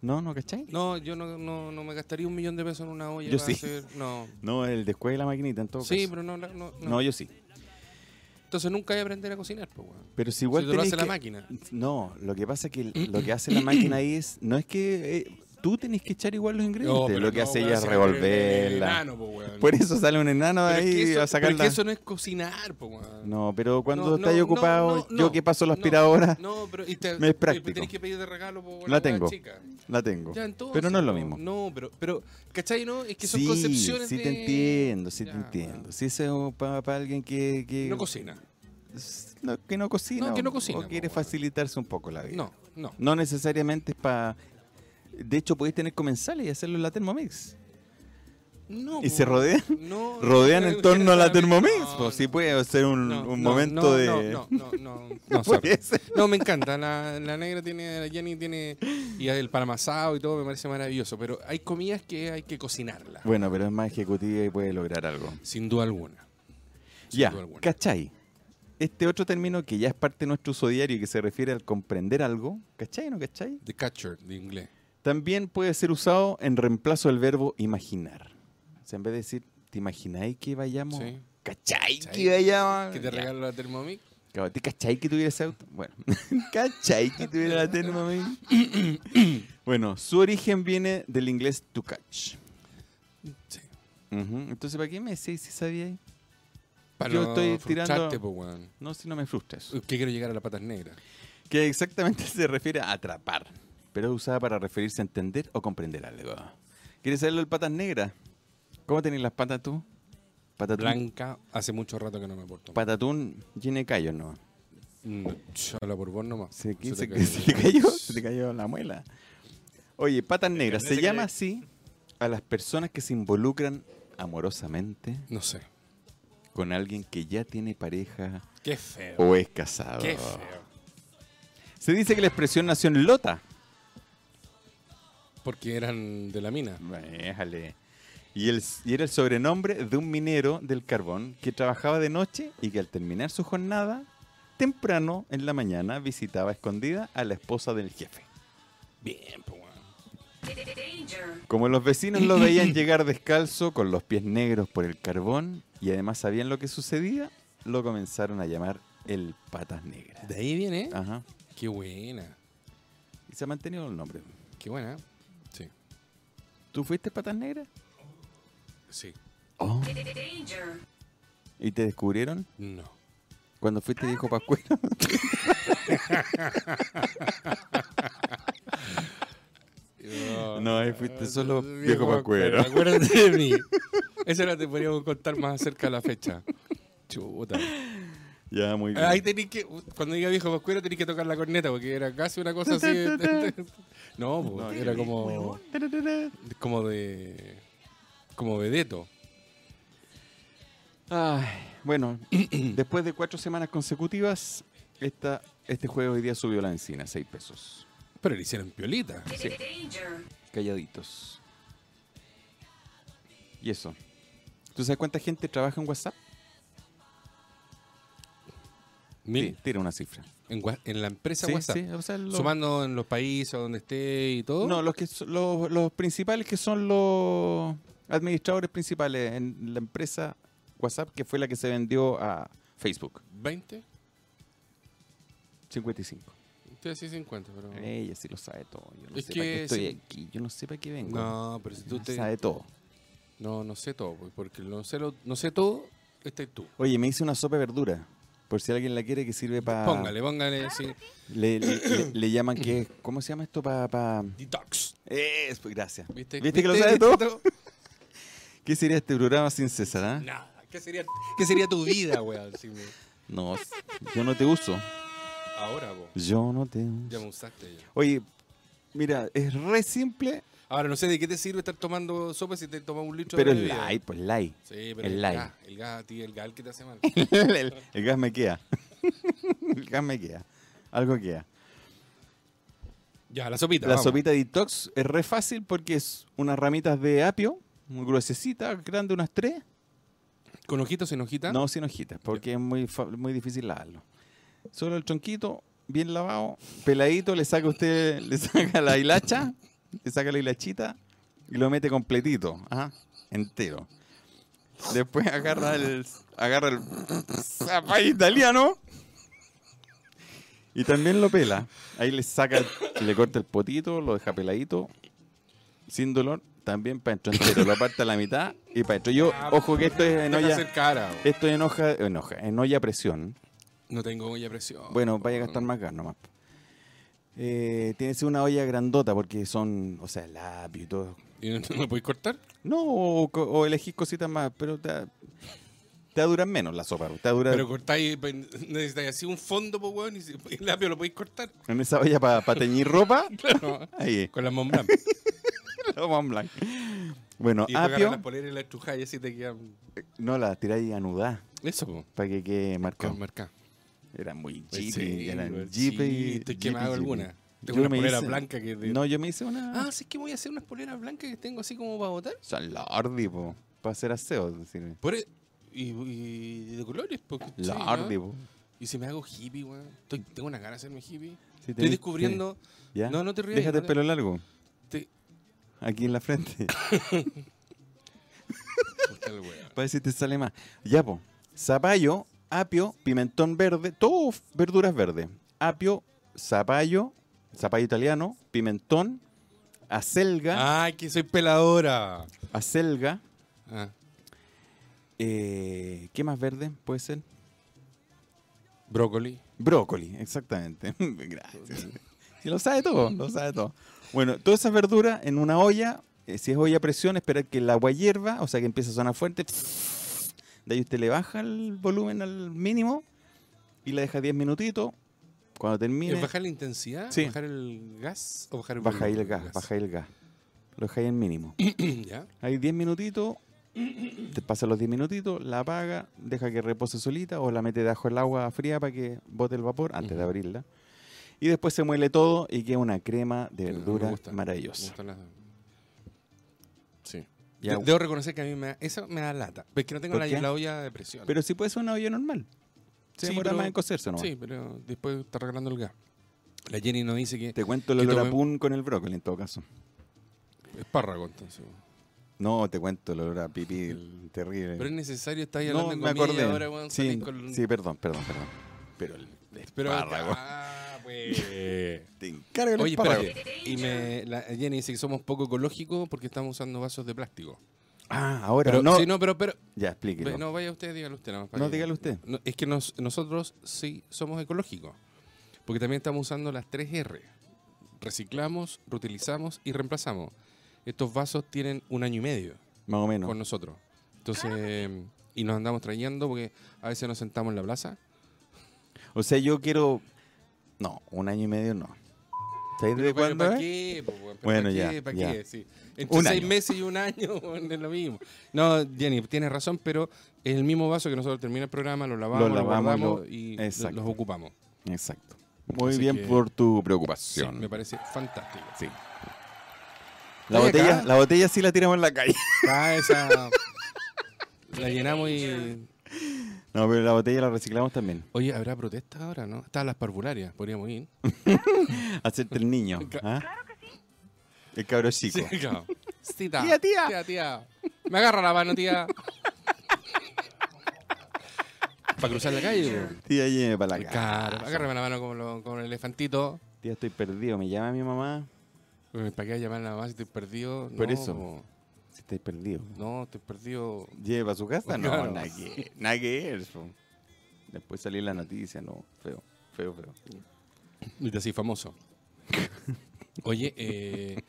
No, no, ¿cachai?
No, yo no, no, no me gastaría un millón de pesos en una olla
Yo
para
sí.
hacer... No,
No, el descuelgue de la maquinita en todo
Sí,
caso.
pero no, la- no, no.
No. yo sí.
Entonces nunca voy a aprender a cocinar, pues, weón.
Pero si igual
si te lo hace
tenés
la
que-
máquina.
No, lo que pasa es que
*clears throat*
el- lo que hace la máquina ahí es... No es que... eh, tú tenés que echar igual los ingredientes.
Oh, pero
lo que
no,
hace
weón,
ella es
si no, pero el
revolverla.
enano, po, weón.
Por eso sale un enano
Pero es que
ahí
eso-
a
Pero es
sacarla.
que eso no es cocinar, pues, weón.
No, pero cuando
No,
estás
no,
ocupado,
no, no,
yo
no,
que paso la
no,
aspiradora,
No, pero y te,
*laughs* Me es práctico.
y tenés que pedir de regalo por
La tengo. la tengo. pero no es lo mismo.
No, pero, pero ¿cachai? No, es que son
sí,
concepciones
sí
de...
te entiendo, sí
Ya,
te
bueno.
entiendo. Si eso es para alguien que... que-
No cocina.
s- no, que no cocina.
No, que no
o-
cocina,
O
po,
quiere
bueno.
facilitarse un poco la vida.
No, no.
No necesariamente es para... De hecho, podéis tener comensales y hacerlo en la Thermomix.
no
¿Y
po,
se rodean?
No,
Rodean
no,
en
no,
torno a la
no,
Thermomix.
no,
pues, sí
no,
puede ser un,
no,
un
no,
momento
no,
*laughs* de...
No, no, no, no, no, sorry.
Puede ser.
No, me encanta. La, la negra tiene, la Jenny tiene, y el palamasado y todo me parece maravilloso. Pero hay comidas que hay que cocinarlas,
Bueno, pero es más ejecutiva y puede lograr algo.
sin duda alguna. Sin
ya,
duda alguna.
¿cachai? Este otro término que ya es parte de nuestro uso diario y que se refiere al comprender algo, ¿cachai o no cachai?
The catcher, de inglés.
También puede ser usado en reemplazo del verbo imaginar. O sea, en vez de decir, ¿te imagináis que vayamos?
Sí.
¿Cachai
¿Cachai?
que vayamos?
Que te
Ah, Ya.
regalo la Thermomix.
Claro, ¿Te cachai que tuviera ese auto? Bueno, *laughs* ¿cachai que tuviera la Thermomix?
*coughs*
bueno, su origen viene del inglés to catch.
Sí.
Ujú, Entonces, ¿para qué me decís si sabíais?
Para
Yo
no
estoy tirando-
frustrarte, po, weón.
No, si no me frustras.
Que quiero llegar a las patas negras.
Que exactamente *laughs* se refiere a atrapar, pero es usada para referirse a entender o comprender algo. ¿Quieres saberlo del patas negras? ¿Cómo tenés las patas tú? Patatún.
Blanca, hace mucho rato que no me porto. Mm,
Patatún llene callos, ¿no?
No, ch- habla por vos nomás.
Se,
Se
se,
te cayó.
se le *laughs* cayó, se le cayó la muela. Eh, Oye, patas negras,
carnet
se
se
llama
cae.
así a las personas que se involucran amorosamente
No sé.
con alguien que ya tiene pareja
Qué feo.
o es casado.
Qué feo.
Se dice que la expresión nació en Lota.
Porque eran de la mina.
Déjale. Y, el, y era el sobrenombre de un minero del carbón que trabajaba de noche y que al terminar su jornada, temprano en la mañana visitaba escondida a la esposa del jefe.
Bien, pues, weón.
Como los vecinos lo
*clears throat*
veían llegar descalzo con los pies negros por el carbón y además sabían lo que sucedía, lo comenzaron a llamar el patas negras.
De ahí viene.
Ajá.
Qué buena.
Y se ha mantenido el nombre.
Qué buena. Sí.
¿Tú fuiste patas negras?
Sí.
Oh. ¿Y te descubrieron?
No.
Cuando fuiste viejo Pascuero. *laughs*
Oh,
No, ahí fuiste solo viejo
Pascuero.
Pascuero.
Acuérdate
*laughs*
de mí. Esa la te podríamos contar más acerca de la fecha. Chuta.
*laughs* Ya, muy bien.
Ahí tenéis que, cuando diga viejo oscuro, tenéis que tocar la corneta, porque era casi una cosa así.
*laughs*
no, po,
No, qué
era
rico,
como, como de. como vedeto.
*laughs* Ay,
*clears throat*
bueno, después de cuatro semanas consecutivas, esta, este juego hoy día subió la encina, 6 pesos.
Pero le hicieron piolita.
Calladitos. Y eso. ¿Tú sabes cuánta gente trabaja en WhatsApp?
Mil.
Ti- Tira una cifra.
En, gua- en la empresa
Sí,
WhatsApp.
sí, o sea, los-
Sumando en los países donde esté y todo.
No, los, que, so- los, los principales que son los administradores principales en la empresa WhatsApp, que fue la que se vendió a Facebook.
20.
55.
Estoy así 50, pero.
Ella sí lo sabe todo. Yo no
Es
sé
que
para qué estoy
sí.
aquí. Yo no sé para qué vengo.
No, pero si tú
Ella
te.
sabe todo.
No, no sé todo, pues, porque no sé, lo- no sé todo, estás tú.
Oye, me hice una sopa de verdura. Por si alguien la quiere, que sirve para.
Póngale, póngale. sí.
Le, le- le-
*clears throat*
le llaman que es. ¿Cómo se llama esto? Para. Pa...
Detox.
Es, pues, gracias.
¿Viste?
¿Viste, que lo
¿Viste?
sabe
¿Viste
todo? ¿Qué sería este programa sin César? ah?
Nada. ¿Qué sería, qué sería tu vida, weón? si me-
No, yo no te uso.
Ahora, vos.
Yo no te
Ya me
uso.
usaste ya.
Oye, mira, es re simple,
Ahora, no sé de qué te sirve estar tomando sopa si te tomas un litro
pero
de
es
bebida.
light, pues light.
Sí, pero
El
el,
light.
gas, el gas a ti, el gas que te hace mal.
*laughs* el, el gas me queda. *laughs* el gas me queda. Algo queda.
ya, la sopita.
La
vamos.
sopita detox es re fácil porque es unas ramitas de apio, muy gruesecita, grande, unas tres.
¿Con hojitos en hojita?
No sin hojitas, porque es muy, fa- muy difícil lavarlo. Solo el tronquito, bien lavado, peladito, le saca usted, *laughs* le saca la hilacha, le saca la hilachita y lo mete completito, ajá, entero. Después agarra el, agarra el zapallo italiano y también lo pela. Ahí le saca, le corta el potito, lo deja peladito, sin dolor, también para entero. Lo aparta a la mitad y para dentro. Yo, ojo que esto es en
no
olla-
hacer cara. vos.
esto en hoja, en hoja, en olla a presión.
No tengo olla a presión.
Bueno, vaya a gastar más gas nomás. Eh, tiene que ser una olla grandota porque son, o sea, el apio y todo.
¿Y no, no lo podéis cortar?
No, o, co- o elegís cositas más, pero te, va- te va a durar menos la sopa. Te va a durar
Pero cortáis, pues, necesitáis así un fondo, pues, weón, y si- *laughs* el apio lo podéis cortar. *laughs*
en esa olla para teñir ropa.
Claro.
Ahí,
Con la
*laughs*
Montblanc.
lo vamos blanco. Bueno,
Y después agarras
apio,
las poleras y las estrujas y así te quedan.
no la tiráis anudá
Eso, po.
para que quede marcado.
Con marca.
Eran muy
Pues
jeepy,
sí,
eran
pues
jeepy.
sí, estoy
jeepy,
quemado
jeepy.
alguna. Tengo
Yo
una
me
polera
hice-
blanca que de-
No, yo me hice una...
Ah, sí, que voy a hacer unas poleras blancas que tengo así como para botar.
San Lardi, po. Para hacer aseo, decirme.
Por e- y, y de colores, porque. sí, ¿no?
Lardi, po.
Y si me hago hippie, weón. Estoy- Tengo una ganas de hacerme hippie.
Sí,
Estoy
tenés-
descubriendo.
tenés- ¿Ya?
No, no te rías,
Déjate
no
el
te-
pelo largo.
Te...
Aquí en la frente. *laughs*
Puta el weón.
para ver si te sale más. Ya, po. Zapallo, apio, pimentón verde. Todo f- verduras verdes. Apio, zapallo, zapallo italiano, pimentón,
*laughs*
acelga,
Ay, que soy peladora.
acelga.
Ah,
eh, ¿Qué más verde puede ser?
brócoli.
Brócoli, exactamente. *laughs* Gracias. Si lo sabe todo, lo sabe todo. Bueno, todas esas verduras en una olla, eh, si es olla a presión, esperar que el agua hierva, o sea que empiece a sonar fuerte. De ahí usted le baja el volumen al mínimo y la deja 10 minutitos. Cuando termine,
¿Es bajar la intensidad?
Sí.
¿Bajar el gas o bajar el
baja ahí el
volumen del
gas, baja ahí el gas. Lo deja ahí en mínimo.
¿Ya?
Hay 10 minutitos, te pasa los 10 minutitos, la apaga, deja que repose solita o la mete debajo del agua fría para que bote el vapor antes de
Ujú.
abrirla. Y después se muele todo y queda una crema
Sí, no,
de
Ah, me
verdura
gusta, me
maravillosa.
gustan las- Sí.
Ya,
De- Debo reconocer que a mí me da, eso me da lata. Pero es que no tengo
¿Por
la,
qué?
la olla de presión.
Pero si puede ser una olla normal. Se
Sí,
demora
pero-
más en cocerse, ¿no?
sí, pero después está regalando el gas. La Jenny nos dice que
Te cuento el
Que
olor a
tome-
pun con el brócoli en todo caso.
espárrago, entonces.
No, te cuento el olor a pipí terrible.
Pero es necesario, estar
no,
hablando
me
de comida y
acordé.
ahora, weón,
sí,
salís con...
sí, perdón, perdón, perdón. Pero el
pero...
espárrago.
Ah,
*laughs*
pues...
Te encargo el
Oye,
espárrago.
espérate. Y me, la Jenny dice que somos poco ecológicos porque estamos usando vasos de plástico.
Ah, ahora
Pero,
no.
sí, no, pero... pero
Ya, explíquelo.
Ve, No, vaya usted, dígalo usted. No,
No, dígalo usted.
es que nos- nosotros sí somos ecológicos, porque también estamos usando las tres R. Reciclamos, reutilizamos y reemplazamos. Estos vasos tienen un año y medio
Más o menos.
con nosotros. Entonces, y nos andamos trayendo porque a veces nos sentamos en la plaza
O sea, yo quiero. No, un año y medio no. ¿Sabes
Pero
de cuándo?
¿Para
es?
qué? po, weón? ¿Pero
Bueno,
¿para
ya,
qué? ¿Para
ya.
qué? Sí. Entre
Un
seis
año.
meses y un año *laughs* weón, es lo mismo. No, Jenny, tienes razón, pero es el mismo vaso que nosotros termina el programa, lo lavamos, lo,
lavamos,
guardamos
lo-
y
Exacto.
los ocupamos.
Exacto. Muy
Así
bien
que-
por tu
Sí,
preocupación.
me parece
*laughs*
fantástico.
Sí. La
Oye,
botella,
acá-
la botella sí la tiramos en la calle.
Ah, esa... La llenamos y...
*laughs* No, pero la botella la reciclamos también.
Oye, ¿habrá protesta ahora, no? Están las parvularias, podríamos ir.
Hacerte el niño.
Ca-
¿ah? El cabro chico.
Sí, *laughs* claro. Sí, ta.
Tía, tía.
Tía, tía. Me agarra la mano,
*laughs*
tía. Para cruzar la calle. weón.
Tía, lléveme para la
Claro,
casa.
agárrame la mano como, lo- como el elefantito.
Tía, estoy perdido. Me llama mi mamá.
¿Para qué llamar a la mamá si estoy perdido?
Por
No,
eso.
po.
Si estáis perdido.
No, estoy perdido.
¿Lleve para su casa? No,
Claro.
nada que, nada que eso. Después salió la noticia, no, feo, feo, feo.
Y así famoso. *laughs* Oye, eh,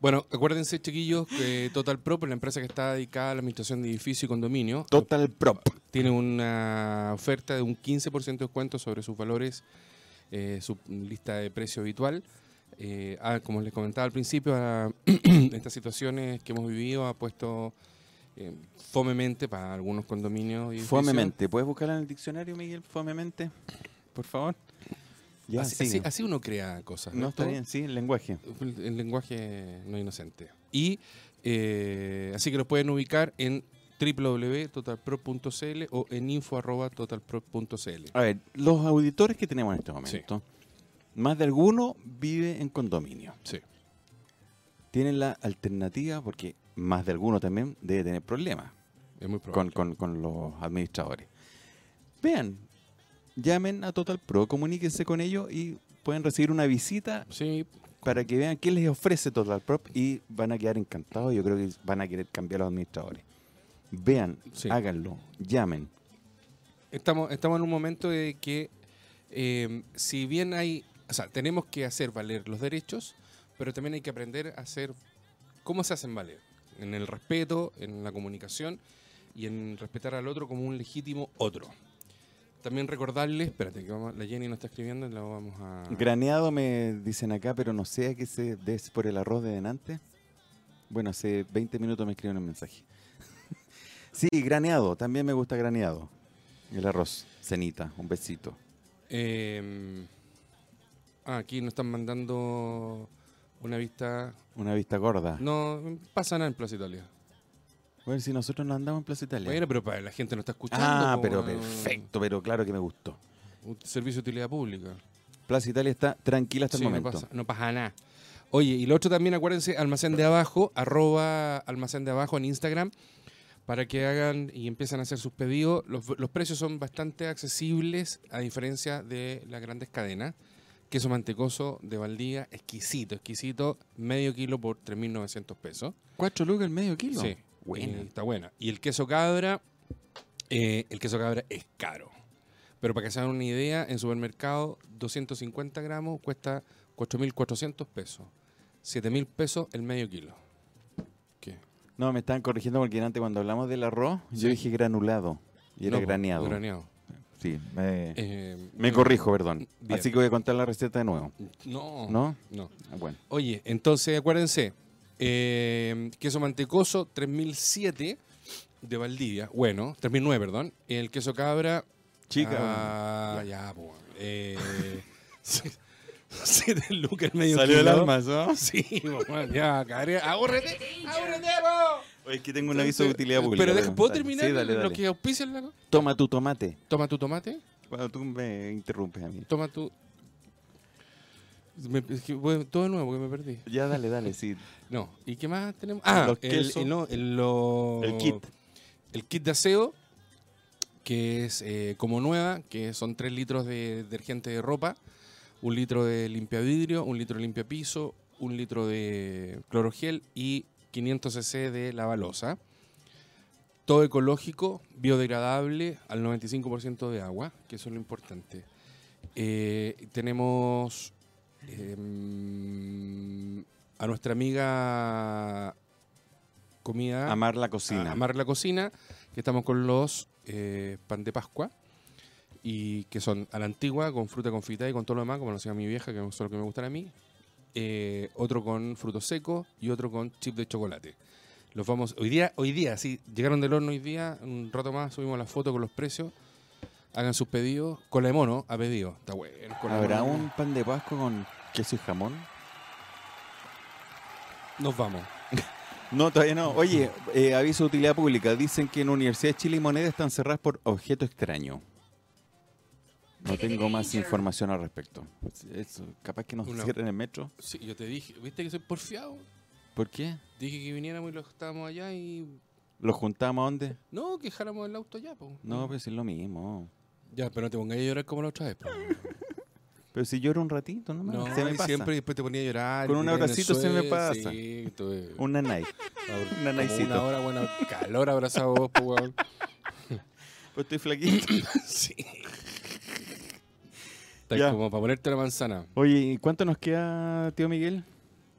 bueno, acuérdense, chiquillos, que Total Pro, pues, la empresa que está dedicada a la administración de edificios y condominios,
Total prop.
tiene una oferta de un 15% de descuento sobre sus valores, eh, su lista de precio habitual. Eh, ah, como les comentaba al principio, a- *clears throat* estas situaciones que hemos vivido ha puesto eh, fomemente para algunos condominios. y
Fomemente. ¿Puedes buscarla en el diccionario, Miguel? Fomemente, por favor. Ya,
edificios. Así,
sigue.
así- así uno crea cosas.
No, está
Todo-
bien, sí, el lenguaje.
El el lenguaje no inocente. Y eh, así que los pueden ubicar en www.totalpro.cl o en info.totalpro.cl.
A ver, los auditores que tenemos en este momento, más de alguno vive en condominio.
Sí.
Tienen la alternativa, porque más de alguno también debe tener problemas.
Es muy probable.
con, con- con los administradores. Vean, llamen a Total Pro, comuníquense con ellos y pueden recibir una visita
Sí,
para que vean qué les ofrece Total Pro y van a quedar encantados. Yo creo que van a querer cambiar los administradores. Vean,
Sí.
háganlo, llamen.
estamos, estamos en un momento de que eh, si bien hay, o sea, tenemos que hacer valer los derechos, pero también hay que aprender a hacer cómo se hacen valer, en el respeto, en la comunicación y en respetar al otro como un legítimo otro. También recordarles, espérate, que vamos- la Jenny nos está escribiendo y la vamos a...
Graneado me dicen acá, pero no sé a qué se des por el arroz de delante. Bueno, hace 20 minutos me escriben un mensaje. *laughs* sí, graneado, también me gusta graneado. El arroz, cenita, un besito.
Eh, ah, aquí nos están mandando una vista...
Una vista gorda.
No, pasa nada en Plaza Italia.
Bueno, si nosotros no andamos en Plaza Italia.
Bueno, pero para la gente no está escuchando.
ah,
po,
pero
weón.
perfecto, pero claro que me gustó.
Un servicio de utilidad pública.
Plaza Italia está tranquila hasta
Sí,
el
no
momento.
pasa, no pasa nada. Oye, y lo otro también, acuérdense, almacén de abajo, arroba almacén de abajo en Instagram, para que hagan y empiecen a hacer sus pedidos. Los, los precios son bastante accesibles, a diferencia de las grandes cadenas. Queso mantecoso de Valdía, exquisito, exquisito, medio kilo por 3.900 pesos.
¿Cuatro lucas el medio kilo?
Sí,
Bueno.
eh, está buena. Y el queso cabra, eh, el queso cabra es caro. Pero para que se hagan una idea, en supermercado 250 gramos cuesta 4.400 pesos. 7.000 pesos el medio kilo. ¿Qué?
No, me estaban corrigiendo porque antes cuando hablamos del arroz, yo dije granulado. Y era
No,
graneado.
graneado.
Sí, me,
Eh,
me corrijo, perdón.
Bien.
Así que voy a contar la receta de nuevo.
No.
¿No?
No.
Ah, Bueno.
Oye, entonces acuérdense, eh, queso mantecoso 3007 de Valdivia, bueno, 3009, perdón, el queso cabra...
Chica,
Ah, ya, pues.
*laughs*
Eh, *laughs* sí, sí, de lucas el medio
Salió el
kilo. *laughs*
alma, ¿no?
Sí, bueno, ya, cabrón. ¡Ahórrete! ¡Ahórrete, po!
Oye, es que tengo un aviso de utilidad pública. pues.
Pero deja, ¿puedo
dale.
terminar
Sí, dale,
lo
dale.
que auspician la co-
Toma tu tomate.
Toma tu tomate,
Cuando tú me interrumpes a mí.
toma tu... Me- es que, bueno, todo de nuevo, porque me perdí.
Ya, dale, dale, sí.
No, ¿y qué más tenemos? Ah,
Los
el,
quesos.
el- no, el, lo-
El kit.
El kit de aseo, que es eh, como nueva, que son 3 litros de detergente de ropa, un litro de limpiavidrio, un litro de limpiapiso, un litro de clorogel y 500 cc de lavalosa. Todo ecológico, biodegradable, al 95% de agua, que eso es lo importante. Eh, tenemos em, a nuestra amiga comida Ah,
Amar la cocina.
Amar la cocina, que estamos con los eh, pan de Pascua. y que son a la antigua con fruta confitada y con todo lo demás, como lo hacía mi vieja, que es lo que me gustan a mí. eh, otro con frutos secos y otro con chip de chocolate. Los vamos hoy día, hoy día, sí, llegaron del horno hoy día, un rato más subimos la foto con los precios. Hagan sus pedidos. Cola de mono a pedido. Está bueno. cola de
¿Habrá
mono.
un pan de pascua con queso y jamón?
Nos vamos.
No, todavía no. Oye, eh, aviso de utilidad pública. Dicen que en Universidad de Chile y Moneda están cerradas por objeto extraño. No tengo más información al respecto. Pues eso, capaz que nos
Una-
cierren el metro.
Sí, yo te dije, ¿viste que soy porfiado?
¿Por qué?
Dije que viniéramos y los estábamos allá y.
¿Los juntamos a dónde?
No, que jalamos el auto allá, po.
No, pero si es lo mismo.
Ya, pero no te pongas a llorar como la otra vez,
*laughs*
po.
Pero si lloro un ratito, nomás.
No,
se me
y
pasa.
siempre después te ponía a llorar.
Con un
te tiraba en el
abracito se me
suelo,
pasa.
Sí, tuve
Un nanay.
como
un anaicito.
Una hora, bueno, calor abrazado vos, po,
*laughs*
weón.
Pues estoy flaquito. *coughs*
Sí. Está
Ya.
como para ponerte la manzana.
Oye, ¿y ¿cuánto nos queda, tío Miguel?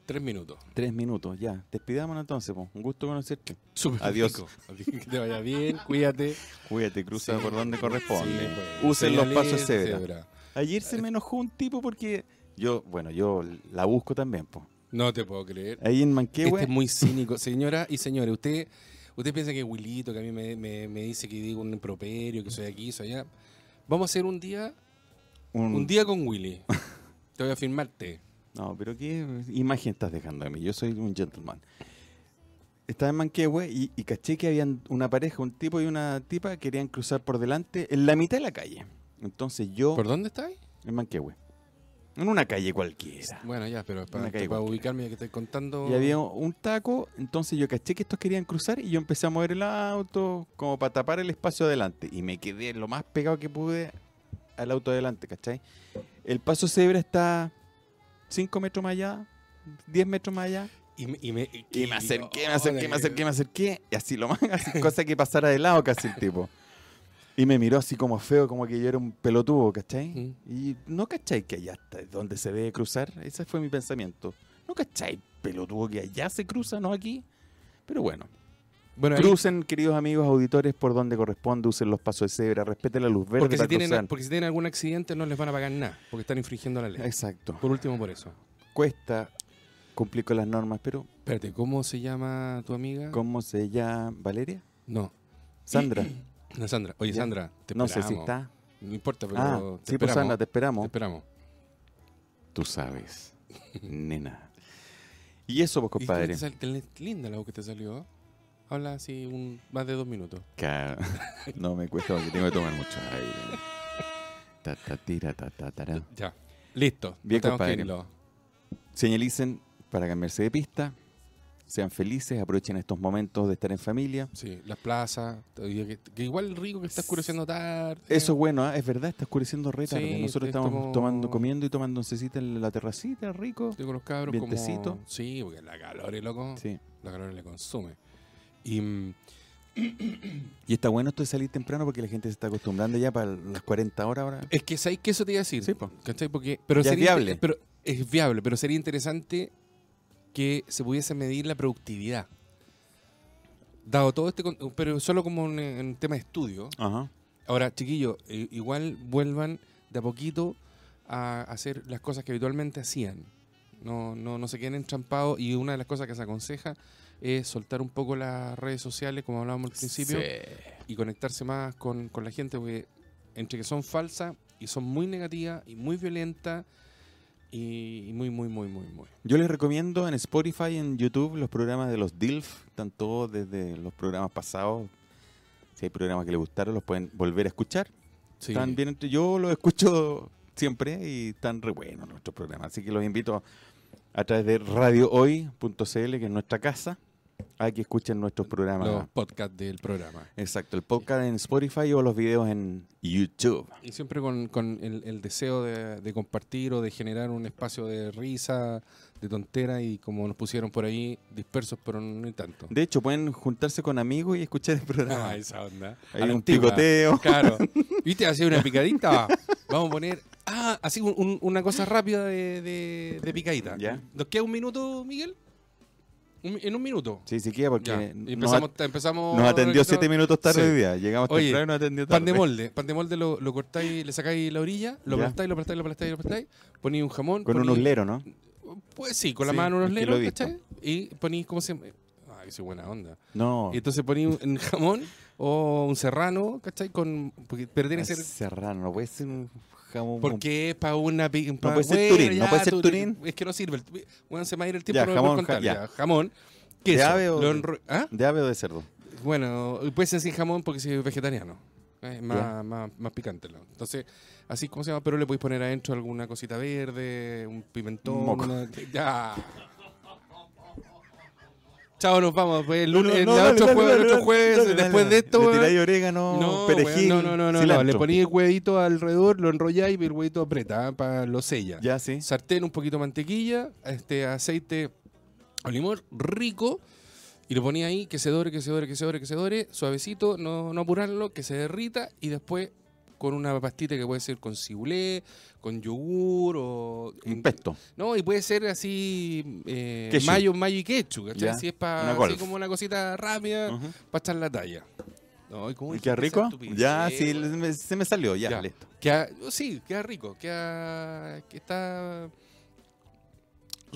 Tres minutos.
Tres minutos, ya. Despidámonos entonces, po. Un gusto conocerte.
Súper
Adiós.
rico. Que te vaya bien, cuídate.
Cuídate, cruza
Sí.
por donde corresponde.
Sí, pues,
Oh, Usen los
señalé,
pasos cebra.
cebra.
Ayer se me enojó un tipo porque Eh, yo, bueno, yo la busco también, po.
No te puedo creer.
Ahí en Manquehue,
Este es muy
*laughs*
cínico. Señora y señores, usted, usted piensa que Wilito, que a mí me, me- me dice que digo un improperio, que soy aquí, soy allá. Vamos a hacer un día,
un,
un día con
*laughs*
Willy. Te voy a firmarte.
No, pero qué imagen estás dejando de mí. Yo soy un gentleman. Estaba en Manquehue y, y caché que habían una pareja, un tipo y una tipa querían cruzar por delante en la mitad de la calle. Entonces yo
¿Por dónde estáis?
en Manquehue, en una calle cualquiera.
Bueno, ya, pero para,
Ah. Me caí
para
cualquiera.
ubicarme, ya que estoy contando.
Y había un taco, entonces yo caché que estos querían cruzar y yo empecé a mover el auto como para tapar el espacio adelante. Y me quedé lo más pegado que pude al auto adelante, ¿cachai? El paso cebra está 5 metros más allá, 10 metros más allá.
Y me, y me-
Y
y-
me acerqué,
oh,
me acerqué, me
la-
acerqué, me acerqué. Y así lo más, *laughs* así, cosa que pasara de lado casi el tipo. Y me miró así como feo, como que yo era un pelotudo, ¿cachai?
Mm.
Y no cachai que allá está donde se debe cruzar. Ese fue mi pensamiento. No cachai, pelotudo, que allá se cruza, no aquí. Pero bueno,
Bueno, ahí-
crucen, queridos amigos auditores, por donde corresponde, usen los pasos de cebra, respeten la luz verde
porque, si
para
tienen,
cruzar.
porque si tienen algún accidente no les van a pagar nada, porque están infringiendo la ley.
Exacto.
Por último, por eso.
Cuesta cumplir con las normas, pero
Espérate, ¿cómo se llama tu amiga?
¿cómo se llama? ¿Valeria?
No,
Sandra.
no, Sandra. Oye,
Ya.
Sandra, *clears throat* te
No sé si
esperamos.
está.
No importa, pero
Ah,
te
sí, pues
esperamos.
Sandra, te
Te
esperamos.
esperamos.
Tú *laughs* sabes, nena. Y eso, pues,
¿Y qué
compadre.
te sal- qué linda la voz que te salió. ¿eh? Habla así un, más de dos minutos.
Ca- *laughs* No me cuesta porque tengo que tomar mucho aire. Ta, ta, tira, ta, ta, tará.
Ya. Listo.
Bien,
Tenemos que
compadre.
irlo.
Señalicen para cambiarse de pista. Sean felices, aprovechen estos momentos de estar en familia.
Sí, las plazas. hoy día Que, que igual rico que está oscureciendo tarde.
Eso es bueno, ¿ah? es verdad, está oscureciendo re tarde.
Sí,
Nosotros estamos
estamos-
tomando, comiendo y tomando oncecita en la terracita, rico.
Estoy con los cabros
Vientecito.
como... Sí, porque la calor es loco.
Sí.
La calor le consume. Y mm,
Y está bueno esto de salir temprano porque la gente se está acostumbrando ya para las 40 horas ahora.
es que sabéis que eso te iba a decir.
Sí, po.
¿Cachai? Porque, pero
Ya es
sería inter-
viable.
Pero, es viable, pero sería interesante que se pudiese medir la productividad. Dado todo este... con- Pero solo como un, eh, un tema de estudio.
Ajá.
Ahora, chiquillos, eh, igual vuelvan de a poquito a hacer las cosas que habitualmente hacían. No, no, no se queden entrampados y una de las cosas que se aconseja es soltar un poco las redes sociales, como hablábamos al principio, y conectarse más con, con la gente, porque entre que son falsas y son muy negativas y muy violentas y, y muy, muy, muy, muy, muy.
Yo les recomiendo en Spotify, en YouTube, los programas de los DILF, están todos desde los programas pasados. Si hay programas que les gustaron, los pueden volver a escuchar.
Sí.
Están bien entre- yo los escucho siempre y están re buenos nuestros programas. Así que los invito a través de radiohoy.cl, que es nuestra casa, a que escuchen nuestros programas.
Los podcasts del programa.
Exacto, el podcast en Spotify o los videos en YouTube.
Y siempre con, con el, el deseo de, de compartir o de generar un espacio de risa, de tontera y como nos pusieron por ahí, dispersos, pero no ni tanto.
De hecho, pueden juntarse con amigos y escuchar el
*laughs*
programa.
Ah, esa onda. A la
Hay un
antigua.
picoteo.
*laughs* Claro. ¿Viste? Hacer una picadita. Vamos a poner. Ah, así un- un- una cosa rápida de, de- de picadita.
Ya.
¿Nos queda un minuto, Miguel? Un- en un minuto.
Sí, sí queda porque
Ya.
n-
Y
nos,
empezamos,
at-
empezamos
nos atendió
Ricardo.
siete minutos tarde
Sí.
hoy día. Llegamos
Oye,
temprano y nos atendió tarde.
Pan de molde, pan de molde lo, lo cortáis, le sacáis la orilla, lo
Ya.
aplastáis, lo aplastáis, lo aplastáis, lo aplastáis, ponéis un jamón.
Con un
ponéis-
uslero, ¿no?
Pues sí, con la
Sí,
mano unos
es que lo
leros,
he visto.
¿cachai? Y ponéis, ¿cómo se llama? Ay, soy buena onda.
No.
Y entonces ponéis un- un jamón o un serrano, ¿cachai? Con, porque, pero tiene que
Es
ser...
serrano, no puede ser un jamón.
Porque es para una... pi- pa-
puede ser
Bueno,
Turín, no
ya,
puede ser
tú-
Turín.
Es que no sirve. el- Bueno, se me va a ir el tiempo.
Ya,
no
jamón,
jamón, contar,
ja-
ya.
ya.
jamón, queso.
ave o
lo
de-
enro- ¿Ah?
¿De ave o de cerdo?
Bueno, puede ser sin jamón porque soy vegetariano. Es más, más, más picante. ¿no? Entonces, así como se llama, pero le podéis poner adentro alguna cosita verde, un pimentón.
Moco.
una- Ya. Chao, nos vamos. Pues, el lunes,
No, no,
la
dale,
otro
dale,
jueves,
dale,
otro
dale,
jueves,
dale, dale,
después
dale.
de esto.
Le
weón.
tiráis orégano,
No,
perejil,
weón, no, no, no, no,
cilantro.
le ponéis huevito alrededor, lo enrolláis y el huevito aprieta para lo sella.
Ya, sí.
Sartén, un poquito de mantequilla, este aceite o limón rico y lo ponía ahí, que se dore, que se dore, que se dore, que se dore, suavecito, no, no apurarlo, que se derrita y después con una pastita que puede ser con cibulé, con yogur o...
Un pesto.
No, y puede ser así eh,
Ketchup.
mayo, mayo y ketchup, ¿cachai?
Ya,
Así es
una
para así
golf.
como una cosita rápida
Ujú.
para echar la talla. No, ¿y cómo
¿Y
dijiste
queda
esa
rico?
estupidez,
Ya, sí,
weón?
le- me- se me salió, ya,
Ya.
listo.
Queda- oh, sí, queda rico, queda, que está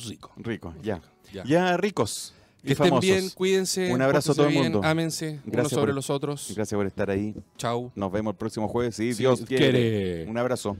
rico.
Rico, ya.
Ya.
Ya, ricos. y
Que estén
famosos.
bien, cuídense.
Un abrazo
pórtense
a todo el
bien,
mundo.
Ámense unos
Gracias
sobre
por-
los otros.
Gracias por estar ahí.
Chau.
Nos vemos el próximo jueves, si
Si
Dios
quiere.
quiere. Un abrazo.